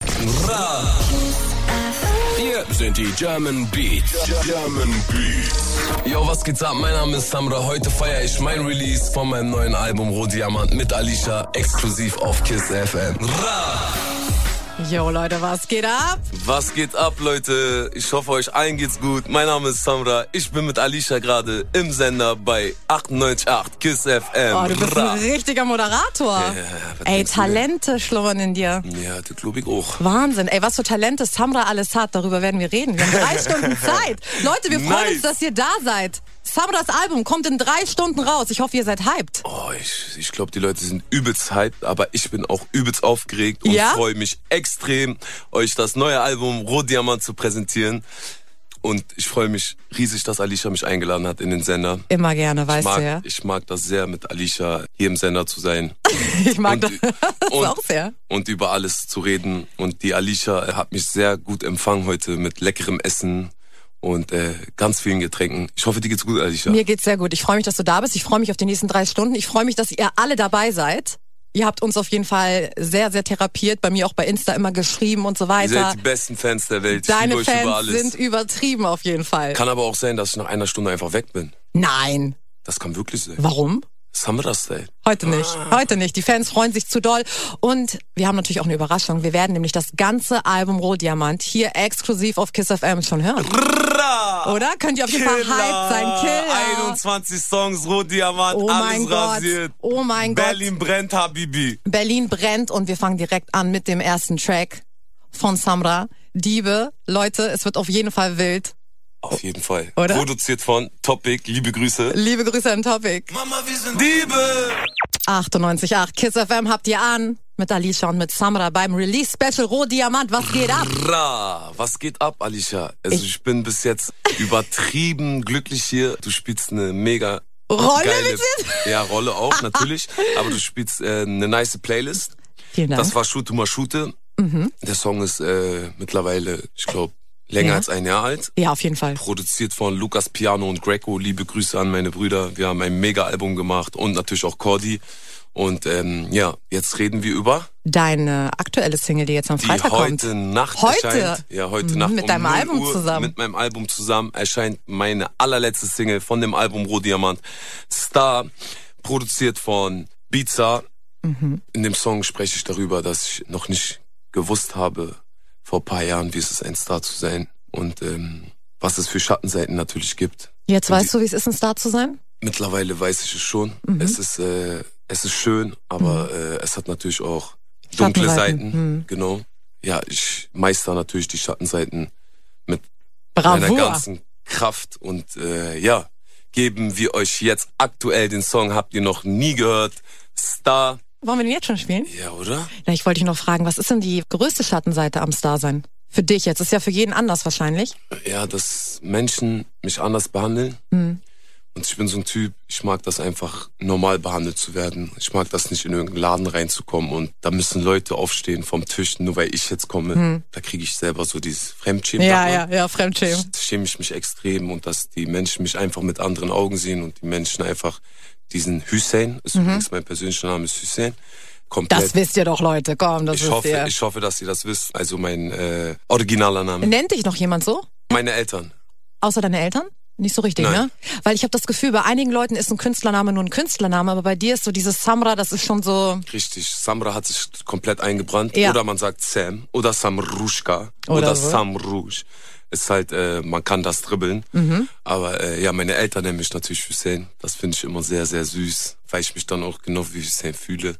sagen Ra. Hier sind die German Beats. German Beats. Yo, was geht's ab? Mein Name ist Samra. Heute feiere ich mein Release von meinem neuen Album Rohdiamant mit Alicia exklusiv auf Kiss FM. Ra. Jo Leute, was geht ab? Was geht ab, Leute? Ich hoffe, euch allen geht's gut. Mein Name ist Samra. Ich bin mit Alicia gerade im Sender bei 98.8 Kiss FM. Oh, du bist Ra. ein richtiger Moderator. was Ey, denkst du denn? Talente schlummern in dir. Ja, das glaube ich auch. Wahnsinn. Ey, was für Talente Samra alles hat, darüber werden wir reden. Wir haben drei Stunden Zeit. Leute, wir freuen Nice. uns, dass ihr da seid. Samras Album kommt in drei Stunden raus. Ich hoffe, ihr seid hyped. Oh, ich, ich glaube, die Leute sind übelst hyped, aber ich bin auch übelst aufgeregt und Ja? freue mich extrem, euch das neue Album Rotdiamant zu präsentieren. Und ich freue mich riesig, dass Alicia mich eingeladen hat in den Sender. Immer gerne, weißt Mag, du ja. Ich mag das sehr, mit Alicia hier im Sender zu sein. Ich mag das und, auch sehr. und über alles zu reden. Und die Alicia äh, hat mich sehr gut empfangen heute mit leckerem Essen und äh, ganz vielen Getränken. Ich hoffe, dir geht's gut, Alicia. Mir geht's sehr gut. Ich freue mich, dass du da bist. Ich freue mich auf die nächsten drei Stunden. Ich freue mich, dass ihr alle dabei seid. Ihr habt uns auf jeden Fall sehr, sehr therapiert. Bei mir auch bei Insta immer geschrieben und so Ihr weiter. seid die besten Fans der Welt. Ich liebe Deine euch über Fans alles. sind übertrieben auf jeden Fall. Kann aber auch sein, dass ich nach einer Stunde einfach weg bin. Nein. Das kann wirklich sein. Warum? Das haben wir das denn? Heute nicht. Ah. Heute nicht. Die Fans freuen sich zu doll. Und wir haben natürlich auch eine Überraschung. Wir werden nämlich das ganze Album Rohdiamant hier exklusiv auf Kiss FM schon hören. Oder? Könnt ihr auf jeden Fall hyped sein. Killer. 21 Songs, Rotdiamant, Oh alles mein Gott. rasiert. Oh mein Berlin brennt, Habibi. Gott. Berlin brennt und wir fangen direkt an mit dem ersten Track von Samra. Diebe. Leute, es wird auf jeden Fall wild. Auf jeden Fall. Oder? Produziert von Topic, liebe Grüße. Liebe Grüße an Topic. Mama, wir sind Diebe. 98.8 Kiss FM habt ihr an. Mit Alicia und mit Samra beim Release-Special Rohdiamant. Was geht ab? Ra, was geht ab, Alicia? Also ich, bin bis jetzt übertrieben glücklich hier. Du spielst eine mega Rolle geile, mit dir? Ja, Rolle auch, natürlich. Aber du spielst äh, eine nice Playlist. Vielen Dank. Das war Shoot to Mashute. Der Song ist äh, mittlerweile, ich glaube, länger Ja. als ein Jahr alt. ja, auf jeden Fall. Produziert von Lukas Piano und Greco. Liebe Grüße an meine Brüder. Wir haben ein Mega-Album gemacht und natürlich auch Cordy. Und ähm, ja, jetzt reden wir über Deine aktuelle Single, die jetzt am die Freitag heute kommt. Nacht Heute? erscheint. Ja, heute Mhm, Nacht. mit um deinem 0 Album Uhr, zusammen. Mit meinem Album zusammen erscheint meine allerletzte Single von dem Album Rohdiamant. Star, produziert von Biza. Mhm. In dem Song spreche ich darüber, dass ich noch nicht gewusst habe, vor ein paar Jahren, wie es ist, ein Star zu sein. Und ähm, was es für Schattenseiten natürlich gibt. Jetzt weißt du, wie es ist, ein Star zu sein? Mittlerweile weiß ich es schon. Es ist äh, es ist schön, aber äh, es hat natürlich auch dunkle Schattenseiten, Seiten. Genau. Ja, ich meister natürlich die Schattenseiten mit Ah, meiner Bravour. ganzen Kraft und äh, ja, geben wir euch jetzt aktuell den Song, habt ihr noch nie gehört. Star. Wollen wir den jetzt schon spielen? Ja, oder? Na, ich wollte dich noch fragen, was ist denn die größte Schattenseite am Star sein? Für dich jetzt. Ist ja für jeden anders wahrscheinlich. Ja, dass Menschen mich anders behandeln. Mhm. Und ich bin so ein Typ, ich mag das einfach normal behandelt zu werden. Ich mag das nicht in irgendeinen Laden reinzukommen und da müssen Leute aufstehen vom Tisch, nur weil ich jetzt komme. Da kriege ich selber so dieses Fremdschämen. Mhm. Ja, sagt man. ja, ja, Fremdschämen. Ich schäme ich mich extrem und dass die Menschen mich einfach mit anderen Augen sehen und die Menschen einfach diesen Hussein, ist übrigens mein persönlicher Name ist Hussein, komplett. Mhm. Das wisst ihr doch, Leute. Komm, das ich wisst hoffe, ihr. ich hoffe, dass ihr das wisst. Also mein äh, originaler Name. Nennt dich noch jemand so? Meine Eltern. Außer deine Eltern? Nicht so richtig, Nein. ne? Weil ich habe das Gefühl, bei einigen Leuten ist ein Künstlername nur ein Künstlername, aber bei dir ist so dieses Samra, das ist schon so. Richtig, Samra hat sich komplett eingebrannt. Ja. Oder man sagt Sam oder Samrushka Oder oder, so. Samrush. Ist halt, äh, man kann das dribbeln. Aber äh, ja, meine Eltern nennen mich natürlich Hussein. Das finde ich immer sehr, sehr süß, weil ich mich dann auch genau wie Hussein fühle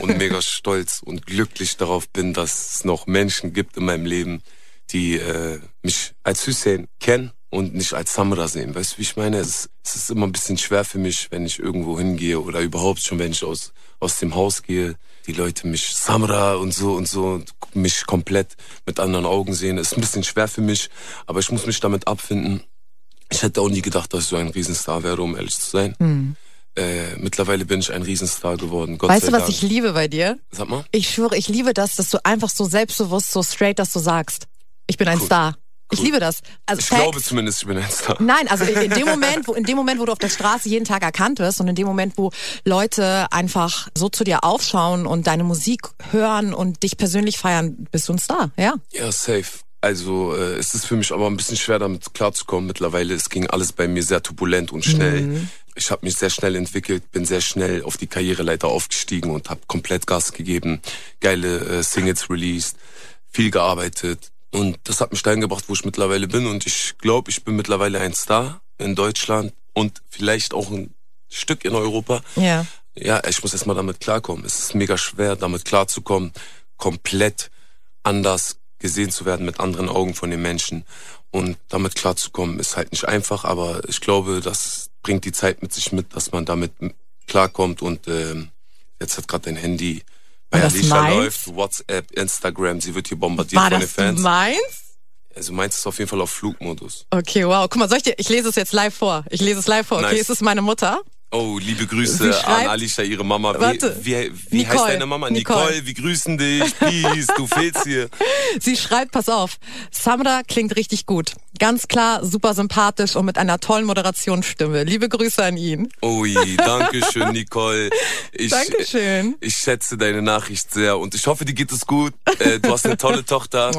und mega stolz und glücklich darauf bin, dass es noch Menschen gibt in meinem Leben, die äh, mich als Hussein kennen und nicht als Samra sehen. Weißt du, wie ich meine? Es, es ist immer ein bisschen schwer für mich, wenn ich irgendwo hingehe oder überhaupt schon, wenn ich aus, aus dem Haus gehe, die Leute mich Samra und so und so und mich komplett mit anderen Augen sehen. Ist ein bisschen schwer für mich, aber ich muss mich damit abfinden. Ich hätte auch nie gedacht, dass ich so ein Riesenstar wäre, um ehrlich zu sein. Äh, mittlerweile bin ich ein Riesenstar geworden. Gott Hm. Weißt sei du, was Dank. ich liebe bei dir? Sag mal. Ich schwöre, ich liebe das, dass du einfach so selbstbewusst, so straight, dass du sagst, ich bin ein Star. Ich liebe das. Also Ich Sex- glaube zumindest, ich bin ein Star. Nein, also in dem Moment, wo in dem Moment, wo du auf der Straße jeden Tag erkannt wirst und in dem Moment, wo Leute einfach so zu dir aufschauen und deine Musik hören und dich persönlich feiern, bist du ein Star, ja? Ja, safe. Also äh, es ist für mich aber ein bisschen schwer damit klarzukommen mittlerweile. Es ging alles bei mir sehr turbulent und schnell. Ich habe mich sehr schnell entwickelt, bin sehr schnell auf die Karriereleiter aufgestiegen und habe komplett Gas gegeben, geile äh, Singles released, viel gearbeitet und das hat mich dahin gebracht, wo ich mittlerweile bin und ich glaube, ich bin mittlerweile ein Star in Deutschland und vielleicht auch ein Stück in Europa. Ja. Ja, ich muss erstmal damit klarkommen. Es ist mega schwer, damit klarzukommen, komplett anders gesehen zu werden mit anderen Augen von den Menschen. Und damit klarzukommen ist halt nicht einfach, aber ich glaube, das bringt die Zeit mit sich mit, dass man damit m- klarkommt. Und ähm, jetzt hat gerade dein Handy bei das Alicia meins? läuft, WhatsApp, Instagram, sie wird hier bombardiert War von den das Fans. meins? Also meins ist auf jeden Fall auf Flugmodus. Okay, wow. Guck mal, soll ich dir, ich lese es jetzt live vor. Ich lese es live vor. Okay, Nice. es ist meine Mutter. Oh, liebe Sie Grüße schreibt- an Alicia, ihre Mama. Wie, Warte. wie, wie Nicole. heißt deine Mama? Nicole. Nicole, wir grüßen dich. Peace, du fehlst hier. Sie schreibt, pass auf, Samra klingt richtig gut. Ganz klar, super sympathisch und mit einer tollen Moderationsstimme. Liebe Grüße an ihn. Ui, danke schön, Nicole. Ich, Dankeschön. Ich schätze deine Nachricht sehr und ich hoffe, dir geht es gut. Äh, du hast eine tolle Tochter.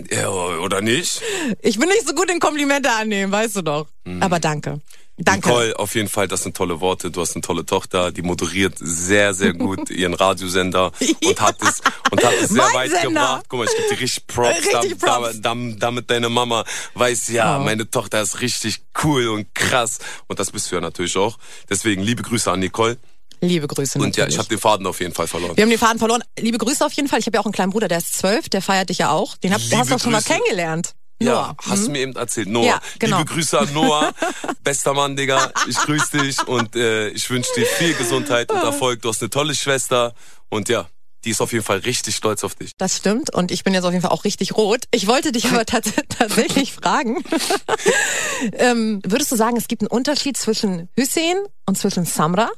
Oh. Ja, oder nicht? Ich bin nicht so gut in Komplimente annehmen, weißt du doch. Aber danke. Danke. Mhm. Nicole, auf jeden Fall, das sind tolle Worte. Du hast eine tolle Tochter, die moderiert sehr, sehr gut ihren Radiosender und hat es, und hat es sehr Mein weit Sender. gebracht. Guck mal, ich gebe dir richtig Props, dam- Richtig Props. dam- dam- damit deine Mama weiß, ja, Oh. meine Tochter ist richtig cool und krass. Und das bist du ja natürlich auch. Deswegen liebe Grüße an Nicole. Liebe Grüße. Und ja, natürlich. ich habe den Faden auf jeden Fall verloren. wir haben den Faden verloren. Liebe Grüße auf jeden Fall. Ich habe ja auch einen kleinen Bruder, der ist zwölf, der feiert dich ja auch. Den hab, Liebe hast du auch schon mal Grüße. kennengelernt. Ja, Noah. Mhm. hast du mir eben erzählt. Noah, Ja, genau. liebe Grüße an Noah. Bester Mann, Digga. Ich grüße dich und äh, ich wünsche dir viel Gesundheit Ah. und Erfolg. Du hast eine tolle Schwester und ja, die ist auf jeden Fall richtig stolz auf dich. Das stimmt und ich bin jetzt auf jeden Fall auch richtig rot. Ich wollte dich aber tats tatsächlich fragen. ähm, würdest du sagen, es gibt einen Unterschied zwischen Hussein und zwischen Samra?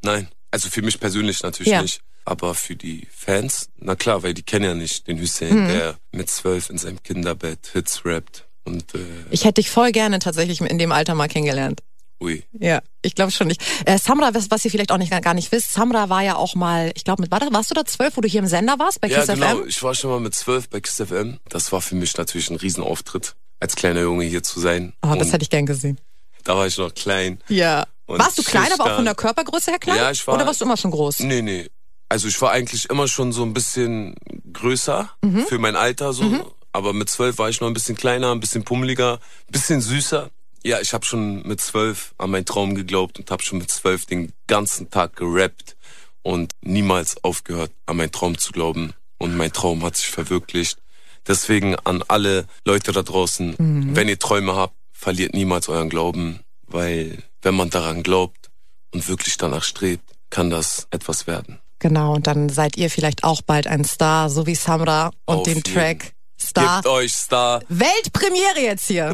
Nein, also für mich persönlich natürlich Ja. nicht. Aber für die Fans, na klar, weil die kennen ja nicht den Hussein, Mhm. der mit zwölf in seinem Kinderbett Hits rappt und äh, Ich hätte dich voll gerne tatsächlich in dem Alter mal kennengelernt. ui. Ja, ich glaube schon nicht. Äh, Samra, was, was ihr vielleicht auch nicht, gar nicht wisst, Samra war ja auch mal, ich glaube, mit, war das, warst du da zwölf, wo du hier im Sender warst, bei Ja, Kiss genau. FM? Ich war schon mal mit zwölf bei Kiss FM. Das war für mich natürlich ein Riesenauftritt, als kleiner Junge hier zu sein. Oh, das und hätte ich gern gesehen. da war ich noch klein. Ja. Und warst du klein, aber auch von schüchtern. der Körpergröße her klein? Ja, ich war- Oder warst du immer schon groß? Nee, nee. Also ich war eigentlich immer schon so ein bisschen größer für mein Alter so. Aber mit zwölf war ich noch ein bisschen kleiner, ein bisschen pummeliger, ein bisschen süßer. Ja, ich habe schon mit zwölf an meinen Traum geglaubt und habe schon mit zwölf den ganzen Tag gerappt und niemals aufgehört, an meinen Traum zu glauben. Und mein Traum hat sich verwirklicht. Deswegen an alle Leute da draußen, Mhm. wenn ihr Träume habt, verliert niemals euren Glauben, weil wenn man daran glaubt und wirklich danach strebt, kann das etwas werden. Genau, und dann seid ihr vielleicht auch bald ein Star, so wie Samra und Auf den jeden. Track Star. Gebt euch Star. Weltpremiere jetzt hier.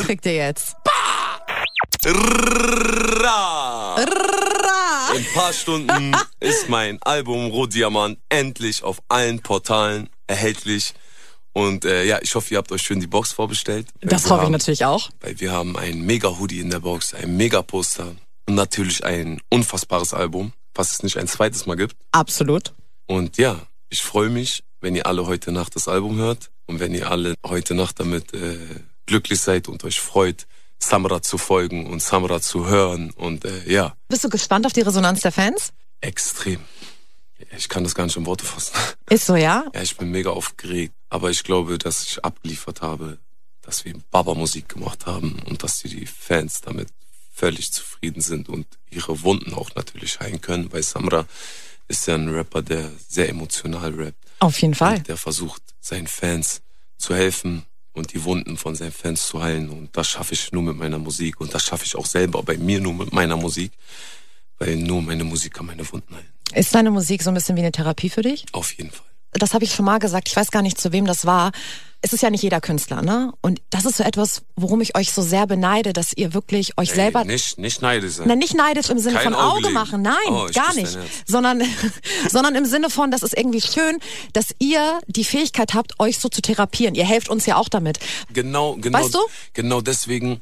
Kriegt ihr jetzt. Ra. In ein paar Stunden ist mein Album Rohdiamant endlich auf allen Portalen erhältlich. Und äh, ja, ich hoffe, ihr habt euch schön die Box vorbestellt. Das Wir hoffe ich haben- natürlich auch. weil wir haben einen Mega-Hoodie in der Box, ein Mega-Poster und natürlich ein unfassbares Album, was es nicht ein zweites Mal gibt. Absolut. Und ja, ich freue mich, wenn ihr alle heute Nacht das Album hört und wenn ihr alle heute Nacht damit äh, glücklich seid und euch freut, Samra zu folgen und Samra zu hören und äh, ja, Bist du gespannt auf die Resonanz der Fans? extrem. Ich kann das gar nicht in Worte fassen. Ist so, ja? Ja, ich bin mega aufgeregt, aber ich glaube, dass ich abgeliefert habe, dass wir Baba-Musik gemacht haben und dass die- die Fans damit völlig zufrieden sind und ihre Wunden auch natürlich heilen können, weil Samra ist ja ein Rapper, der sehr emotional rappt Auf jeden Fall. und der versucht, seinen Fans zu helfen und die Wunden von seinen Fans zu heilen. Und das schaffe ich nur mit meiner Musik und das schaffe ich auch selber bei mir nur mit meiner Musik, weil nur meine Musik kann meine Wunden heilen. Ist deine Musik so ein bisschen wie eine Therapie für dich? Auf jeden Fall. das habe ich schon mal gesagt, ich weiß gar nicht, zu wem das war. Es ist ja nicht jeder Künstler, ne? Und das ist so etwas, worum ich euch so sehr beneide, dass ihr wirklich euch Ey, selber Nicht, nicht neidisch sein. Na, nicht neidisch im Sinne Kein von Auge Auge legen. machen, nein, Oh, ich gar küsse nicht. dein Herz. Sondern, sondern im Sinne von, das ist irgendwie schön, dass ihr die Fähigkeit habt, euch so zu therapieren. Ihr helft uns ja auch damit. Genau, genau. Weißt du? Genau deswegen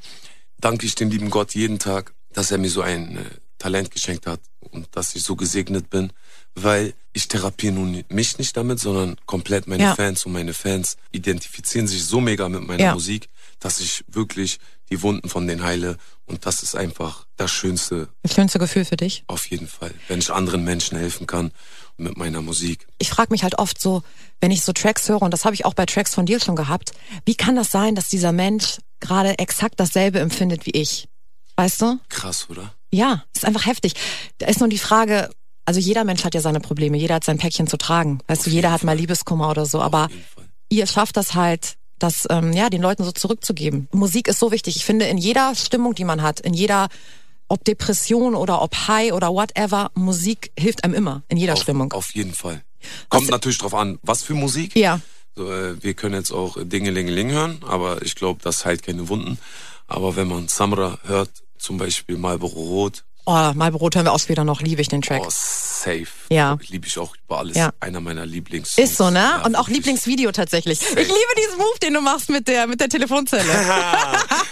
danke ich dem lieben Gott jeden Tag, dass er mir so ein äh, Talent geschenkt hat und dass ich so gesegnet bin, weil ich therapiere nun mich nicht damit, sondern komplett meine Ja. Fans und meine Fans identifizieren sich so mega mit meiner Ja. Musik, dass ich wirklich die Wunden von denen heile und das ist einfach das Schönste Das schönste Gefühl für dich. auf jeden Fall, wenn ich anderen Menschen helfen kann mit meiner Musik. ich frage mich halt oft so, wenn ich so Tracks höre, und das habe ich auch bei Tracks von dir schon gehabt, wie kann das sein, dass dieser Mensch gerade exakt dasselbe empfindet wie ich? Weißt du? Krass, oder? Ja, ist einfach heftig. Da ist nur die Frage, also jeder Mensch hat ja seine Probleme, jeder hat sein Päckchen zu tragen. Weißt du, jeder hat mal Liebeskummer oder so, aber Auf jeden Fall. ihr schafft das halt, das ähm, ja den Leuten so zurückzugeben. Musik ist so wichtig. Ich finde, in jeder Stimmung, die man hat, in jeder, ob Depression oder ob High oder whatever, Musik hilft einem immer in jeder Stimmung. Auf jeden Fall. Kommt natürlich drauf an, was für Musik. Ja, So, äh, wir können jetzt auch Dingelingeling hören, aber ich glaube, das heilt keine Wunden. Aber wenn man Samra hört, zum Beispiel Marlboro Rot, Oh, Malbrot hören wir auch später noch, liebe ich den Track. oh, safe. Ja. Liebe ich auch über alles. Ja. Einer meiner Lieblings. Ist so, ne? Ja, Und auch wirklich. Lieblingsvideo tatsächlich. Ich liebe diesen Move, den du machst mit der, mit der Telefonzelle.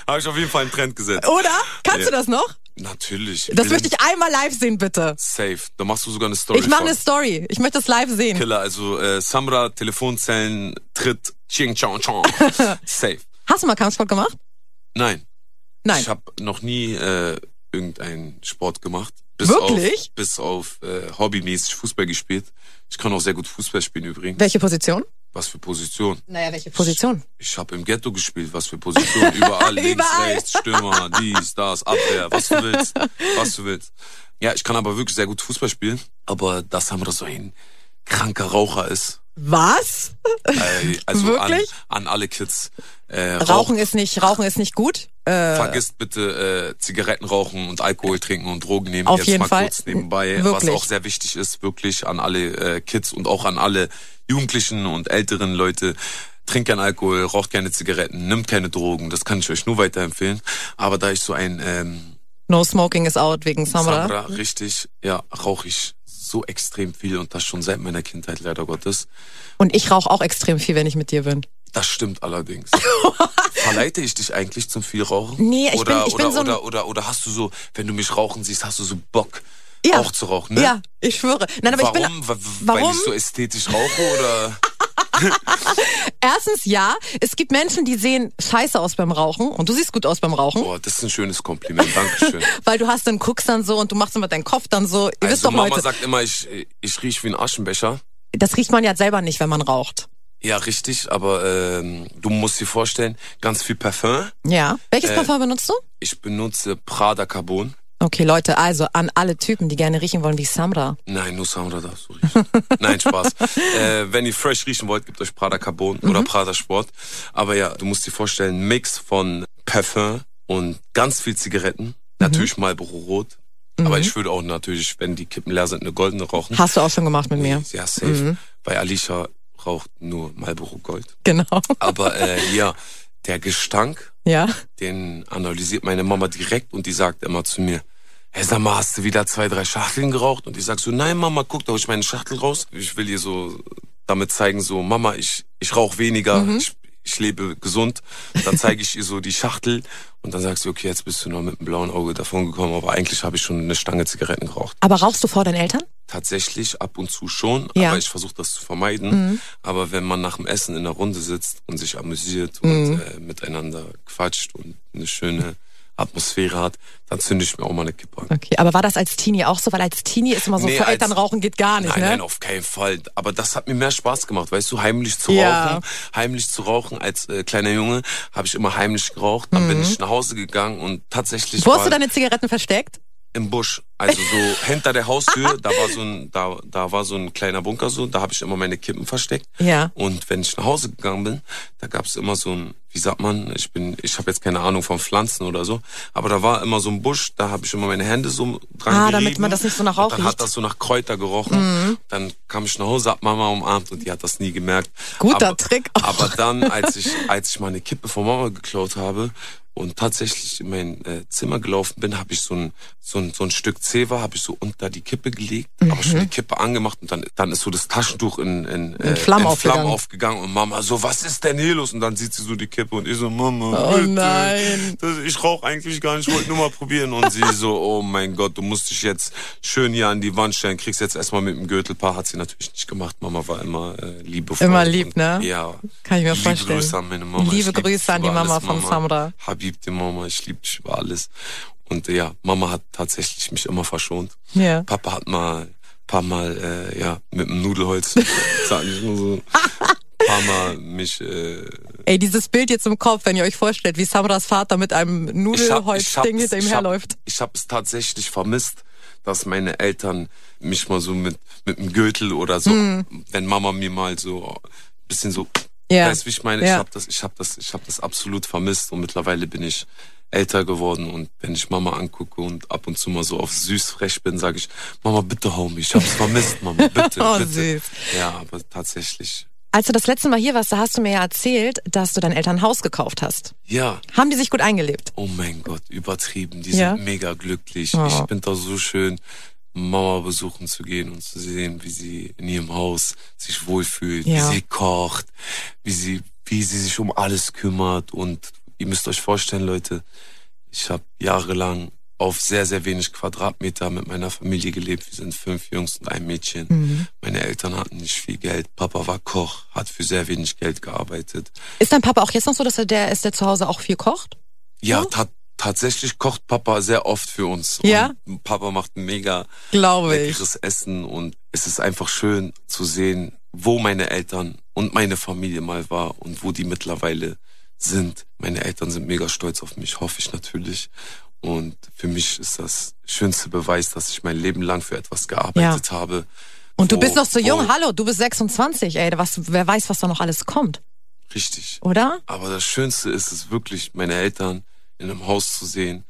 Habe ich auf jeden Fall einen Trend gesetzt. Oder? Kannst Ja. du das noch? Natürlich. Oh. Das Blind- möchte ich einmal live sehen, bitte. Safe. Da machst du sogar eine Story. Ich mache von. eine Story. Ich möchte das live sehen. Killer. Also äh, Samra, Telefonzellen, Tritt, Ching, Chong, Chong. safe. Hast du mal Kampfsport gemacht? Nein. Nein. Ich habe noch nie äh, irgendeinen Sport gemacht. Bis Wirklich? Auf, bis auf äh, hobbymäßig Fußball gespielt. Ich kann auch sehr gut Fußball spielen übrigens. Welche Position? Was für Position? Naja, welche Position? Ich habe im Ghetto gespielt. Was für Position? Überall, links, Überall. rechts, Stürmer, dies, das, Abwehr, was du willst, was du willst. Ja, ich kann aber wirklich sehr gut Fußball spielen. Aber dass Samra so ein kranker Raucher ist. Was? Äh, also Wirklich? An, an alle Kids. Äh, Rauchen ist nicht, Rauchen ist nicht gut. Äh, Vergisst bitte äh, Zigaretten rauchen und Alkohol trinken und Drogen nehmen. Auf Jetzt jeden mal Fall. Äh, kurz nebenbei, was Wirklich. auch sehr wichtig ist, wirklich an alle äh, Kids und auch an alle Jugendlichen und älteren Leute. Trinkt kein Alkohol, raucht keine Zigaretten, nimmt keine Drogen. Das kann ich euch nur weiterempfehlen. Aber da ich so ein ähm, no smoking is out wegen Samra. Samra, richtig, ja, rauche ich so extrem viel und das schon seit meiner Kindheit leider Gottes. Und ich rauche auch extrem viel, wenn ich mit dir bin. Das stimmt allerdings. Verleite ich dich eigentlich zum Vielrauchen? Nee, ich oder, bin- ich oder, bin so ein- oder, oder, oder hast du so, wenn du mich rauchen siehst, hast du so Bock, Ja. auch zu rauchen, ne? Ja, ich schwöre. Nein, aber warum? ich bin. Wa- Weil warum? ich so ästhetisch rauche oder? Erstens ja, es gibt Menschen, die sehen scheiße aus beim Rauchen und du siehst gut aus beim Rauchen, Boah, das ist ein schönes Kompliment, Dankeschön. weil du hast dann guckst dann so und du machst immer deinen Kopf dann so. Ihr wisst also doch Mama Leute, sagt immer, ich, ich riech wie ein Aschenbecher. das riecht man ja selber nicht, wenn man raucht. Ja, richtig, aber ähm, du musst dir vorstellen, ganz viel Parfum. Ja. Welches Äh. Parfum benutzt du? Ich benutze Prada Carbon. Okay, Leute, also an alle Typen, die gerne riechen wollen wie Samra. Nein, nur Samra darfst du riechen. Nein, Spaß. äh, wenn ihr fresh riechen wollt, gebt euch Prada Carbon oder Prada Sport. Aber ja, du musst dir vorstellen, Mix von Parfum und ganz viel Zigaretten. Natürlich Marlboro Rot. Aber ich würde auch natürlich, wenn die Kippen leer sind, eine goldene rauchen. Hast du auch schon gemacht mit mir. Ja, safe. Bei Alicia raucht nur Marlboro Gold. Genau. Aber äh, ja, der Gestank, Ja. den analysiert meine Mama direkt und die sagt immer zu mir, hey, sag mal, hast du wieder zwei, drei Schachteln geraucht? Und ich sag so, nein, Mama, guck, da hol ich meine Schachtel raus. Ich will ihr so damit zeigen, so, Mama, ich, ich rauche weniger, ich, ich lebe gesund. Dann zeige ich ihr so die Schachtel und dann sagst du, okay, jetzt bist du noch mit dem blauen Auge davon gekommen, aber eigentlich habe ich schon eine Stange Zigaretten geraucht. Aber rauchst du vor deinen Eltern? Tatsächlich ab und zu schon, Ja. Mhm. aber ich versuche das zu vermeiden. Aber wenn man nach dem Essen in der Runde sitzt und sich amüsiert Mhm. und äh, miteinander quatscht und eine schöne Atmosphäre hat, dann zünde ich mir auch mal eine Kippe an. Okay. Aber war das als Teenie auch so? Weil als Teenie ist immer so, Nee, vor als- Eltern rauchen geht gar nicht, Nein, ne? nein, oh, auf keinen Fall. Aber das hat mir mehr Spaß gemacht, weißt du, heimlich zu Ja. rauchen. Heimlich zu rauchen. Als äh, kleiner Junge habe ich immer heimlich geraucht. Dann bin ich nach Hause gegangen und tatsächlich Mhm. Wo war- Äh. hast du deine Zigaretten versteckt? im Busch, also so hinter der Haustür, da war so ein da, da war so ein kleiner Bunker so, da habe ich immer meine Kippen versteckt. Ja. Und wenn ich nach Hause gegangen bin, da gab es immer so ein wie sagt man, ich bin, ich habe jetzt keine Ahnung von Pflanzen oder so, aber da war immer so ein Busch, da habe ich immer meine Hände so dran Ah, gerieben. damit man das nicht so nach Und Rauch Dann riecht. hat Mhm. das so nach Kräuter gerochen. Dann kam ich nach Hause, hab Mama umarmt und die hat das nie gemerkt. Guter aber, Trick auch. Aber dann, als ich, als ich meine Kippe von Mama geklaut habe und tatsächlich in mein äh, Zimmer gelaufen bin, habe ich so ein, so ein, so ein Stück Zewa habe ich so unter die Kippe gelegt, aber schon die Kippe angemacht und dann, dann ist so das Taschentuch in, in, äh, Mhm. In Flammen aufgegangen. aufgegangen und Mama so, was ist denn hier los? Und dann sieht sie so die Kippe und ich so, Mama, Oh bitte, nein. das, ich rauche eigentlich gar nicht, ich wollte nur mal probieren. Und sie so, oh mein Gott, du musst dich jetzt schön hier an die Wand stellen, kriegst jetzt erstmal mit dem Gürtelpaar. Hat sie natürlich nicht gemacht. Mama war immer äh, liebevoll. Immer lieb, ne? Ja. Kann ich mir Liebe vorstellen. Grüße an meine Mama. Liebe Ich lieb Grüße dich an die über Mama alles, von Samra. Habib, die Mama, ich liebe dich über alles. Und äh, ja, Mama hat tatsächlich mich immer verschont. Ja. Papa hat mal paar Mal äh, ja, mit dem Nudelholz, sag ich nur so, paar Mal mich... Äh, Ey, dieses Bild jetzt im Kopf, wenn ihr euch vorstellt, wie Samras Vater mit einem Ich hab- ich hab Nudelholzding es- hinter ihm ich hab- herläuft. Ich habe es tatsächlich vermisst, dass meine Eltern mich mal so mit mit dem Gürtel oder so, Hm. wenn Mama mir mal so ein bisschen so, Ja. weißt du, wie ich meine? Ja. Ich habe das, ich habe das, ich habe das absolut vermisst und mittlerweile bin ich älter geworden und wenn ich Mama angucke und ab und zu mal so auf süß frech bin, sage ich, Mama, bitte hau mich, ich hab's vermisst, Mama, bitte, Oh, bitte. süß. Ja, aber tatsächlich, Als du das letzte Mal hier warst, da hast du mir ja erzählt, dass du dein Elternhaus gekauft hast. ja. Haben die sich gut eingelebt? Oh mein Gott, übertrieben. Die Ja? sind mega glücklich. Oh. Ich bin da so schön, Mama besuchen zu gehen und zu sehen, wie sie in ihrem Haus sich wohlfühlt, Ja. wie sie kocht, wie sie, wie sie sich um alles kümmert. Und ihr müsst euch vorstellen, Leute, ich habe jahrelang auf sehr, sehr wenig Quadratmeter mit meiner Familie gelebt. Wir sind fünf Jungs und ein Mädchen. Mhm. Meine Eltern hatten nicht viel Geld. Papa war Koch, hat für sehr wenig Geld gearbeitet. Ist dein Papa auch jetzt noch so, dass er der ist, der zu Hause auch viel kocht? Ja, ta tatsächlich kocht Papa sehr oft für uns. Ja? Und Papa macht mega Glaube ich. leckeres Essen und es ist einfach schön zu sehen, wo meine Eltern und meine Familie mal war und wo die mittlerweile sind. Meine Eltern sind mega stolz auf mich, hoffe ich natürlich. Und für mich ist das schönste Beweis, dass ich mein Leben lang für etwas gearbeitet habe. Und du wo- bist noch so jung. wo- Hallo, du bist 26, ey. Was, wer weiß, was da noch alles kommt, Richtig. oder? Aber das Schönste ist es wirklich, meine Eltern in einem Haus zu sehen,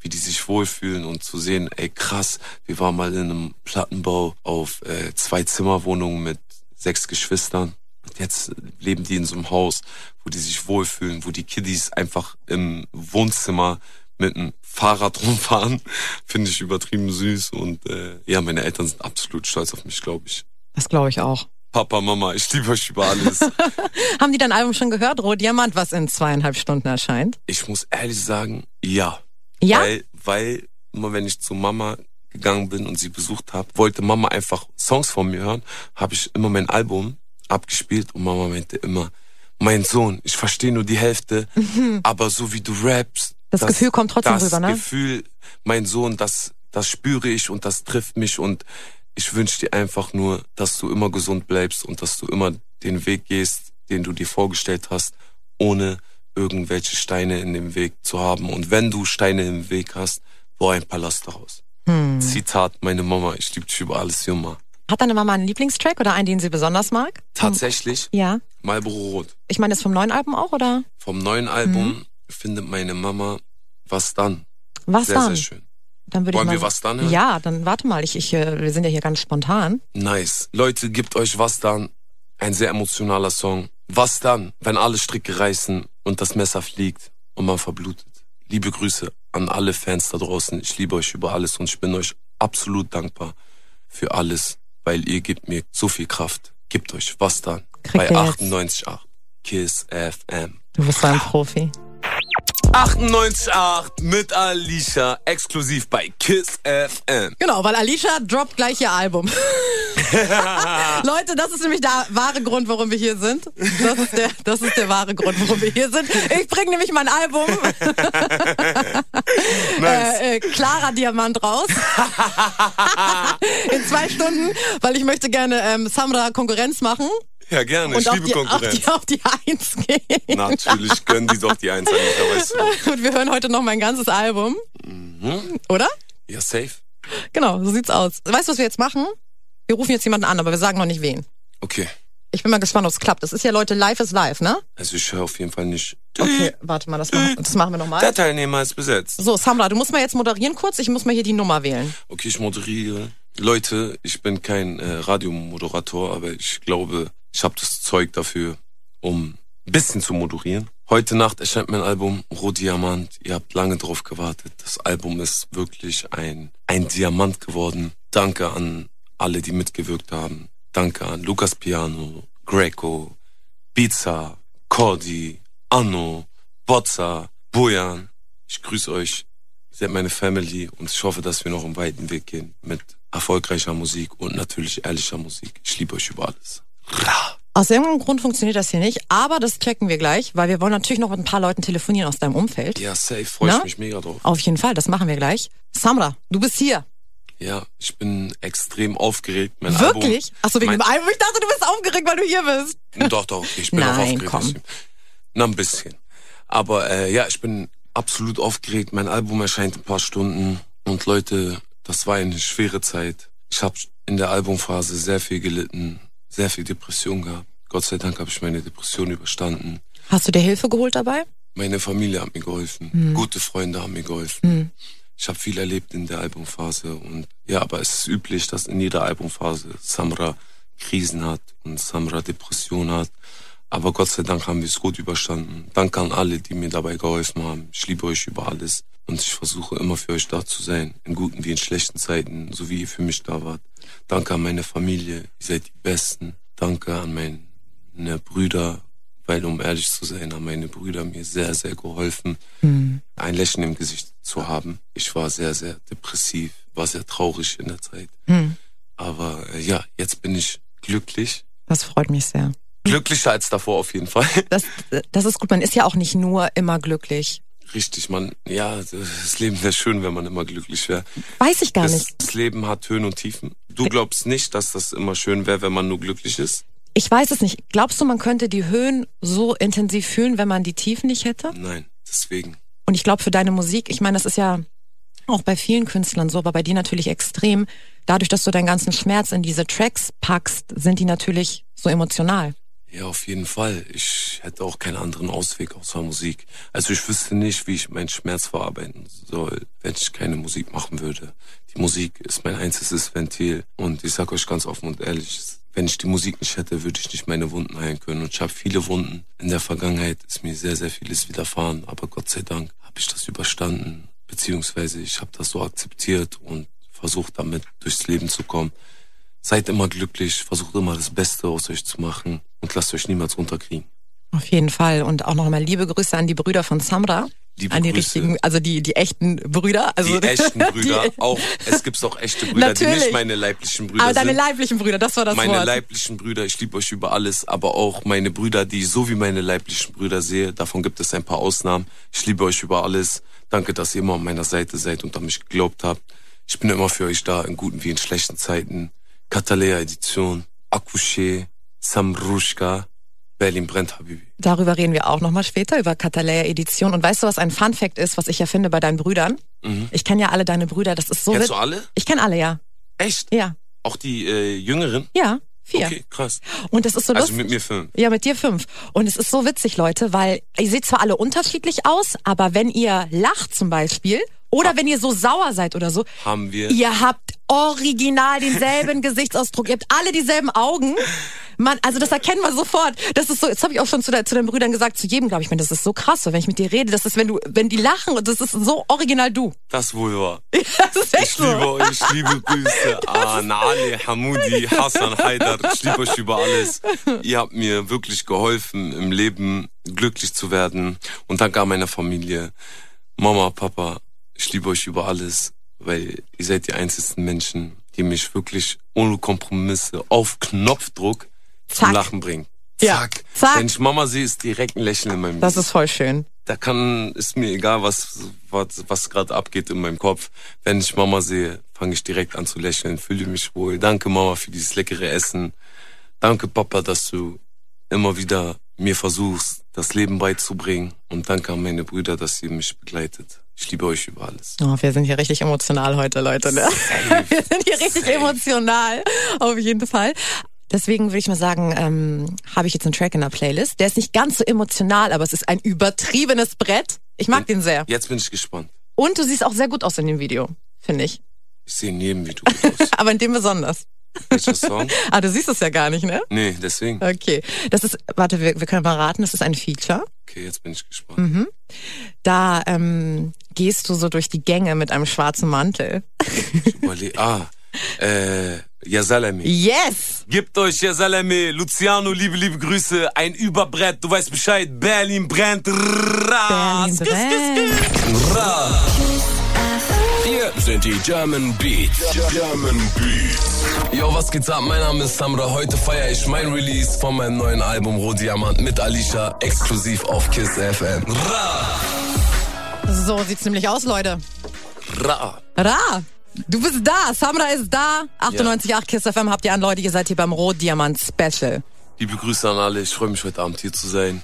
wie die sich wohlfühlen und zu sehen, ey krass, wir waren mal in einem Plattenbau auf äh, zwei Zimmerwohnungen mit sechs Geschwistern. Und jetzt leben die in so einem Haus, wo die sich wohlfühlen, wo die Kiddies einfach im Wohnzimmer mit einem Fahrrad rumfahren. Finde ich übertrieben süß. Und äh, ja, meine Eltern sind absolut stolz auf mich, glaube ich. Das glaube ich auch. Papa, Mama, ich liebe euch über alles. Haben die dein Album schon gehört, Rohdiamant, was in zweieinhalb Stunden erscheint? Ich muss ehrlich sagen, ja. Ja? Weil, weil immer wenn ich zu Mama gegangen bin und sie besucht habe, wollte Mama einfach Songs von mir hören, habe ich immer mein Album abgespielt und Mama meinte immer, mein Sohn, ich verstehe nur die Hälfte, aber so wie du rappst. Das Gefühl kommt trotzdem das rüber, ne? Das Gefühl, mein Sohn, das, das spüre ich und das trifft mich und ich wünsche dir einfach nur, dass du immer gesund bleibst und dass du immer den Weg gehst, den du dir vorgestellt hast, ohne irgendwelche Steine in dem Weg zu haben. Und wenn du Steine im Weg hast, bau ein Palast daraus. Hm. Zitat, meine Mama, ich liebe dich über alles, Jumma. Hat deine Mama einen Lieblingstrack oder einen, den sie besonders mag? Tatsächlich, Ja. Marlboro Rot. Ich meine, das vom neuen Album auch, oder? Vom neuen Album Hm. findet meine Mama Was dann? Was sehr, dann? sehr schön. Dann würde Wollen ich mal wir was dann hören? Ja, dann warte mal. Ich, ich, äh, wir sind ja hier ganz spontan. Nice. Leute, gebt euch Was dann? Ein sehr emotionaler Song. Was dann, wenn alle Stricke reißen und das Messer fliegt und man verblutet? Liebe Grüße an alle Fans da draußen. Ich liebe euch über alles und ich bin euch absolut dankbar für alles, weil ihr gebt mir so viel Kraft. Gebt euch Was dann? Kriegt bei ihr jetzt. 98.8 Kiss FM. Du bist so ein Profi. 98.8 mit Alicia, exklusiv bei Kiss FM. Genau, weil Alicia droppt gleich ihr Album. Leute, das ist nämlich der wahre Grund, warum wir hier sind. Das ist der, das ist der wahre Grund, warum wir hier sind. Ich bringe nämlich mein Album äh, äh, Clara Diamant raus. In zwei Stunden, weil ich möchte gerne ähm, Samra Konkurrenz machen Ja, gerne. und ich auf liebe die, auf, Konkurrenz. die, auf die Eins gehen. Natürlich können die doch die Einzelnen, weißt du. Und wir hören heute noch mein ganzes Album. Mhm. Oder? Ja, safe. Genau, so sieht's aus. Weißt du, was wir jetzt machen? Wir rufen jetzt jemanden an, aber wir sagen noch nicht wen. Okay. Ich bin mal gespannt, ob es klappt. Das ist ja, Leute, live ist live, ne? Also ich höre auf jeden Fall nicht. Okay, warte mal, das, machen- das machen wir nochmal. Der Teilnehmer ist besetzt. So, Samra, du musst mal jetzt moderieren kurz. Ich muss mal hier die Nummer wählen. Okay, ich moderiere. Leute, ich bin kein äh, Radiomoderator, aber ich glaube, ich habe das Zeug dafür, um ein bisschen zu moderieren. Heute Nacht erscheint mein Album Rohdiamant. Ihr habt lange drauf gewartet. Das Album ist wirklich ein, ein Diamant geworden. Danke an alle, die mitgewirkt haben. Danke an Lukas Piano, Greco, Pizza, Cordi, Anno, Bozza, Bojan. Ich grüße euch. Ihr seid meine Family und ich hoffe, dass wir noch einen weiten Weg gehen mit erfolgreicher Musik und natürlich ehrlicher Musik. Ich liebe euch über alles. Aus irgendeinem Grund funktioniert das hier nicht, aber das checken wir gleich, weil wir wollen natürlich noch mit ein paar Leuten telefonieren aus deinem Umfeld. Ja, safe, freue ich Na? mich mega drauf. Auf jeden Fall, das machen wir gleich. Samra, du bist hier. Ja, ich bin extrem aufgeregt. Mein Wirklich? Ach so wegen mein- dem Album. Ich dachte, du bist aufgeregt, weil du hier bist. Album. Hm, Doch, doch, ich bin Nein, auch aufgeregt. komm. Na, ein bisschen. Aber äh, ja, ich bin absolut aufgeregt. Mein Album erscheint in ein paar Stunden. Und Leute, das war eine schwere Zeit. Ich habe in der Albumphase sehr viel gelitten, sehr viel Depression gehabt. Gott sei Dank habe ich meine Depression überstanden. Hast du dir Hilfe geholt dabei? Meine Familie hat mir geholfen, gute Freunde haben mir geholfen. Ich habe viel erlebt in der Albumphase und ja, aber es ist üblich, dass in jeder Albumphase Samra Krisen hat und Samra Depression hat. Aber Gott sei Dank haben wir es gut überstanden. Danke an alle, die mir dabei geholfen haben. Ich liebe euch über alles und ich versuche immer für euch da zu sein, in guten wie in schlechten Zeiten, so wie ihr für mich da wart. Danke an meine Familie, ihr seid die Besten. Danke an meine Brüder, weil um ehrlich zu sein, haben meine Brüder mir sehr, sehr geholfen, Hm. ein Lächeln im Gesicht zu haben. Ich war sehr, sehr depressiv, war sehr traurig in der Zeit. Hm. Aber äh, ja, jetzt bin ich glücklich. Das freut mich sehr. Glücklicher als davor auf jeden Fall. Das, das ist gut. Man ist ja auch nicht nur immer glücklich. Richtig, man, ja, das Leben wäre schön, wenn man immer glücklich wäre. Weiß ich gar Das, nicht. das Leben hat Höhen und Tiefen. Du glaubst nicht, dass das immer schön wäre, wenn man nur glücklich ist? Ich weiß es nicht. Glaubst du, man könnte die Höhen so intensiv fühlen, wenn man die Tiefen nicht hätte? Nein, deswegen. Und ich glaube, für deine Musik, ich meine, das ist ja auch bei vielen Künstlern so, aber bei dir natürlich extrem. Dadurch, dass du deinen ganzen Schmerz in diese Tracks packst, sind die natürlich so emotional. Ja, auf jeden Fall. Ich hätte auch keinen anderen Ausweg außer Musik. Also ich wüsste nicht, wie ich meinen Schmerz verarbeiten soll, wenn ich keine Musik machen würde. Die Musik ist mein einziges Ventil. Und ich sag euch ganz offen und ehrlich, wenn ich die Musik nicht hätte, würde ich nicht meine Wunden heilen können. Und ich habe viele Wunden. In der Vergangenheit ist mir sehr, sehr vieles widerfahren. Aber Gott sei Dank habe ich das überstanden. Beziehungsweise ich habe das so akzeptiert und versucht damit durchs Leben zu kommen. Seid immer glücklich, versucht immer das Beste aus euch zu machen und lasst euch niemals runterkriegen. Auf jeden Fall. Und auch nochmal liebe Grüße an die Brüder von Samra. Liebe an die Grüße. richtigen, also die, die echten Brüder. Die Also echten Brüder, Die, auch es gibt auch echte Brüder, die Natürlich. nicht meine leiblichen Brüder aber deine sind. leiblichen Brüder, das war das meine Wort. leiblichen Brüder, ich liebe euch über alles, aber auch meine Brüder, die ich so wie meine leiblichen Brüder sehe, davon gibt es ein paar Ausnahmen. Ich liebe euch über alles. Danke, dass ihr immer an meiner Seite seid und an mich geglaubt habt. Ich bin immer für euch da, in guten wie in schlechten Zeiten. Katalea Edition, Akushe, Samrushka, Berlin brennt, Habibi. Darüber reden wir auch nochmal später, über Catalea Edition. Und weißt du, was ein Fun Fact ist, was ich ja finde bei deinen Brüdern? Ich kenne ja alle deine Brüder, das ist so Mhm. Kennst wit- du alle? Ich kenne alle, ja. Echt? Ja. Auch die äh, Jüngeren? Ja. Vier. Okay, krass. Und das ist so Also lustig. mit mir fünf. Ja, mit dir fünf. Und es ist so witzig, Leute, weil ihr seht zwar alle unterschiedlich aus, aber wenn ihr lacht zum Beispiel oder wenn ihr so sauer seid oder so, Haben wir. ihr habt original denselben Gesichtsausdruck, ihr habt alle dieselben Augen. Man, also das erkennen wir sofort. Das ist so, jetzt habe ich auch schon zu, de, zu den Brüdern gesagt, zu jedem, glaube ich, ich meine, das ist so krass, so, wenn ich mit dir rede, das ist, wenn du, wenn die lachen, und das ist so original du. Das wohl war. Das ist Ich echt liebe so. euch, liebe Grüße an Ali, Hamudi, Hassan, Haidar. Ich liebe euch über alles. Ihr habt mir wirklich geholfen, im Leben glücklich zu werden. Und danke an meine Familie. Mama, Papa, ich liebe euch über alles, weil ihr seid die einzigsten Menschen, die mich wirklich ohne Kompromisse auf Knopfdruck zum Zack. Lachen bringen. Ja. Zack. Zack. Wenn ich Mama sehe, ist direkt ein Lächeln in meinem Das Gesicht ist voll schön. da kann, ist mir egal, was, was, was gerade abgeht in meinem Kopf. Wenn ich Mama sehe, fange ich direkt an zu lächeln, fühle mich wohl. Danke Mama für dieses leckere Essen. Danke Papa, dass du immer wieder mir versuchst, das Leben beizubringen. Und danke an meine Brüder, dass ihr mich begleitet. Ich liebe euch über alles. Oh, wir sind hier richtig Ne? emotional heute, Leute. Ne? Wir sind hier richtig emotional, auf jeden Fall. Deswegen würde ich mal sagen, ähm, habe ich jetzt einen Track in der Playlist. Der ist nicht ganz so emotional, aber es ist ein übertriebenes Brett. Ich mag den sehr. Jetzt bin ich gespannt. Und du siehst auch sehr gut aus in dem Video, finde ich. Ich sehe in jedem Video gut aus. Aber in dem besonders. Welcher Song? Ah, du siehst es ja gar nicht, ne? Nee, deswegen. Okay. Das ist, warte, wir, wir können mal raten, das ist ein Feature. Okay, jetzt bin ich gespannt. Mhm. Da ähm, gehst du so durch die Gänge mit einem schwarzen Mantel. Ich überleg- ah, äh, Yasalami. Yes! Gebt euch Yasalami. Luciano, liebe, liebe Grüße. Ein Überbrett, du weißt Bescheid. Berlin brennt. Berlin Berlin brennt. Hier sind die German Beats. German Beats. Yo, was geht's ab? Mein Name ist Samra. Heute feiere ich mein Release von meinem neuen Album Rohdiamant mit Alicia, exklusiv auf KISS FM. Ra. So sieht's nämlich aus, Leute. Ra. Ra! Du bist da, Samra ist da. 98,8 Kiss FM habt ihr an, Leute. Ihr seid hier beim Rotdiamant Special. Liebe Grüße an alle. Ich freue mich heute Abend hier zu sein.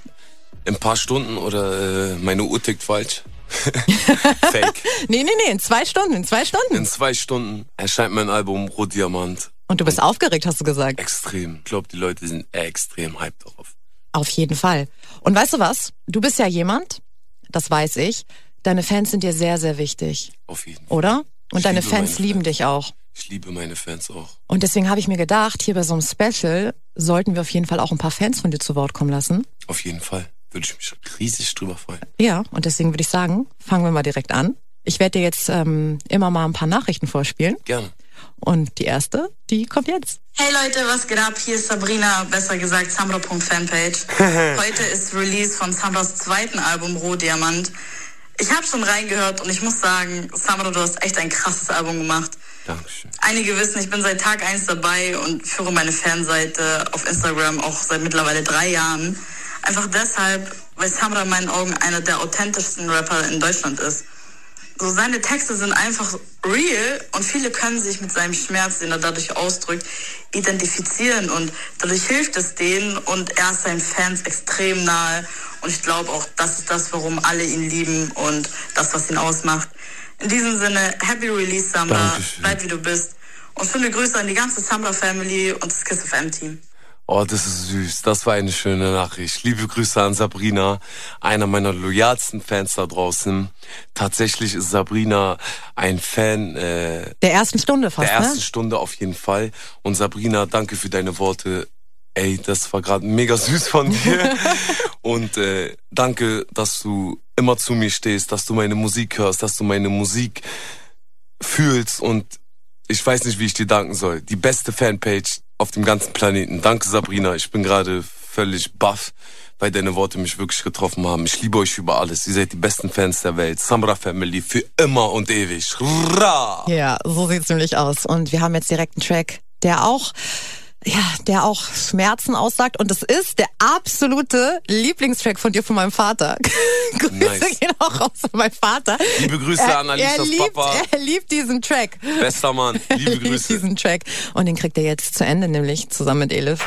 In ein paar Stunden oder äh, meine Uhr tickt falsch. Fake. Nee, nee, nee, in zwei Stunden, in zwei Stunden. In zwei Stunden erscheint mein Album Rohdiamant. Und du bist aufgeregt, hast du gesagt. Extrem. Ich glaube, die Leute sind extrem hyped darauf. Auf jeden Fall. Und weißt du was? Du bist ja jemand, das weiß ich. Deine Fans sind dir sehr, sehr wichtig, Auf jeden Fall. oder? Und Ich deine liebe Fans meine lieben Fans. dich auch. Ich liebe meine Fans auch. Und deswegen habe ich mir gedacht, hier bei so einem Special sollten wir auf jeden Fall auch ein paar Fans von dir zu Wort kommen lassen. Auf jeden Fall. Würde ich mich riesig drüber freuen. Ja, und deswegen würde ich sagen, fangen wir mal direkt an. Ich werde dir jetzt ähm, immer mal ein paar Nachrichten vorspielen. Gerne. Und die erste, die kommt jetzt. Hey Leute, was geht ab? Hier ist Sabrina, besser gesagt Samra.fanpage. Heute ist Release von Samras zweiten Album Rohdiamant. Ich habe schon reingehört und ich muss sagen, Samra, du hast echt ein krasses Album gemacht. Dankeschön. Einige wissen, ich bin seit Tag eins dabei und führe meine Fanseite auf Instagram auch seit mittlerweile drei Jahren. Einfach deshalb, weil Samra in meinen Augen einer der authentischsten Rapper in Deutschland ist. So seine Texte sind einfach real und viele können sich mit seinem Schmerz, den er dadurch ausdrückt, identifizieren und dadurch hilft es denen und er ist seinen Fans extrem nahe und ich glaube auch, das ist das, warum alle ihn lieben und das, was ihn ausmacht. In diesem Sinne, Happy Release Samba, Dankeschön. bleib wie du bist und schöne Grüße an die ganze Samba Family und das Kiss FM Team. Oh, das ist süß. Das war eine schöne Nachricht. Liebe Grüße an Sabrina, einer meiner loyalsten Fans da draußen. Tatsächlich ist Sabrina ein Fan äh, Der ersten Stunde fast, der ersten ne? Stunde auf jeden Fall. Und Sabrina, danke für deine Worte. Ey, das war gerade mega süß von dir. Und äh, danke, dass du immer zu mir stehst, dass du meine Musik hörst, dass du meine Musik fühlst. Und ich weiß nicht, wie ich dir danken soll. Die beste Fanpage auf dem ganzen Planeten. Danke, Sabrina. Ich bin gerade völlig baff, weil deine Worte mich wirklich getroffen haben. Ich liebe euch über alles. Ihr seid die besten Fans der Welt. Samra Family für immer und ewig. Ra! Ja, so sieht's nämlich aus. Und wir haben jetzt direkt einen Track, der auch, ja, der auch Schmerzen aussagt. Und das ist der absolute Lieblingstrack von dir, von meinem Vater. Grüße Nice. gehen auch raus an meinen Vater. Liebe Grüße an er, Alicias liebt, Papa. er liebt diesen Track. Bester Mann, liebe er liebt Grüße. diesen Track. Und den kriegt er jetzt zu Ende, nämlich zusammen mit Elif.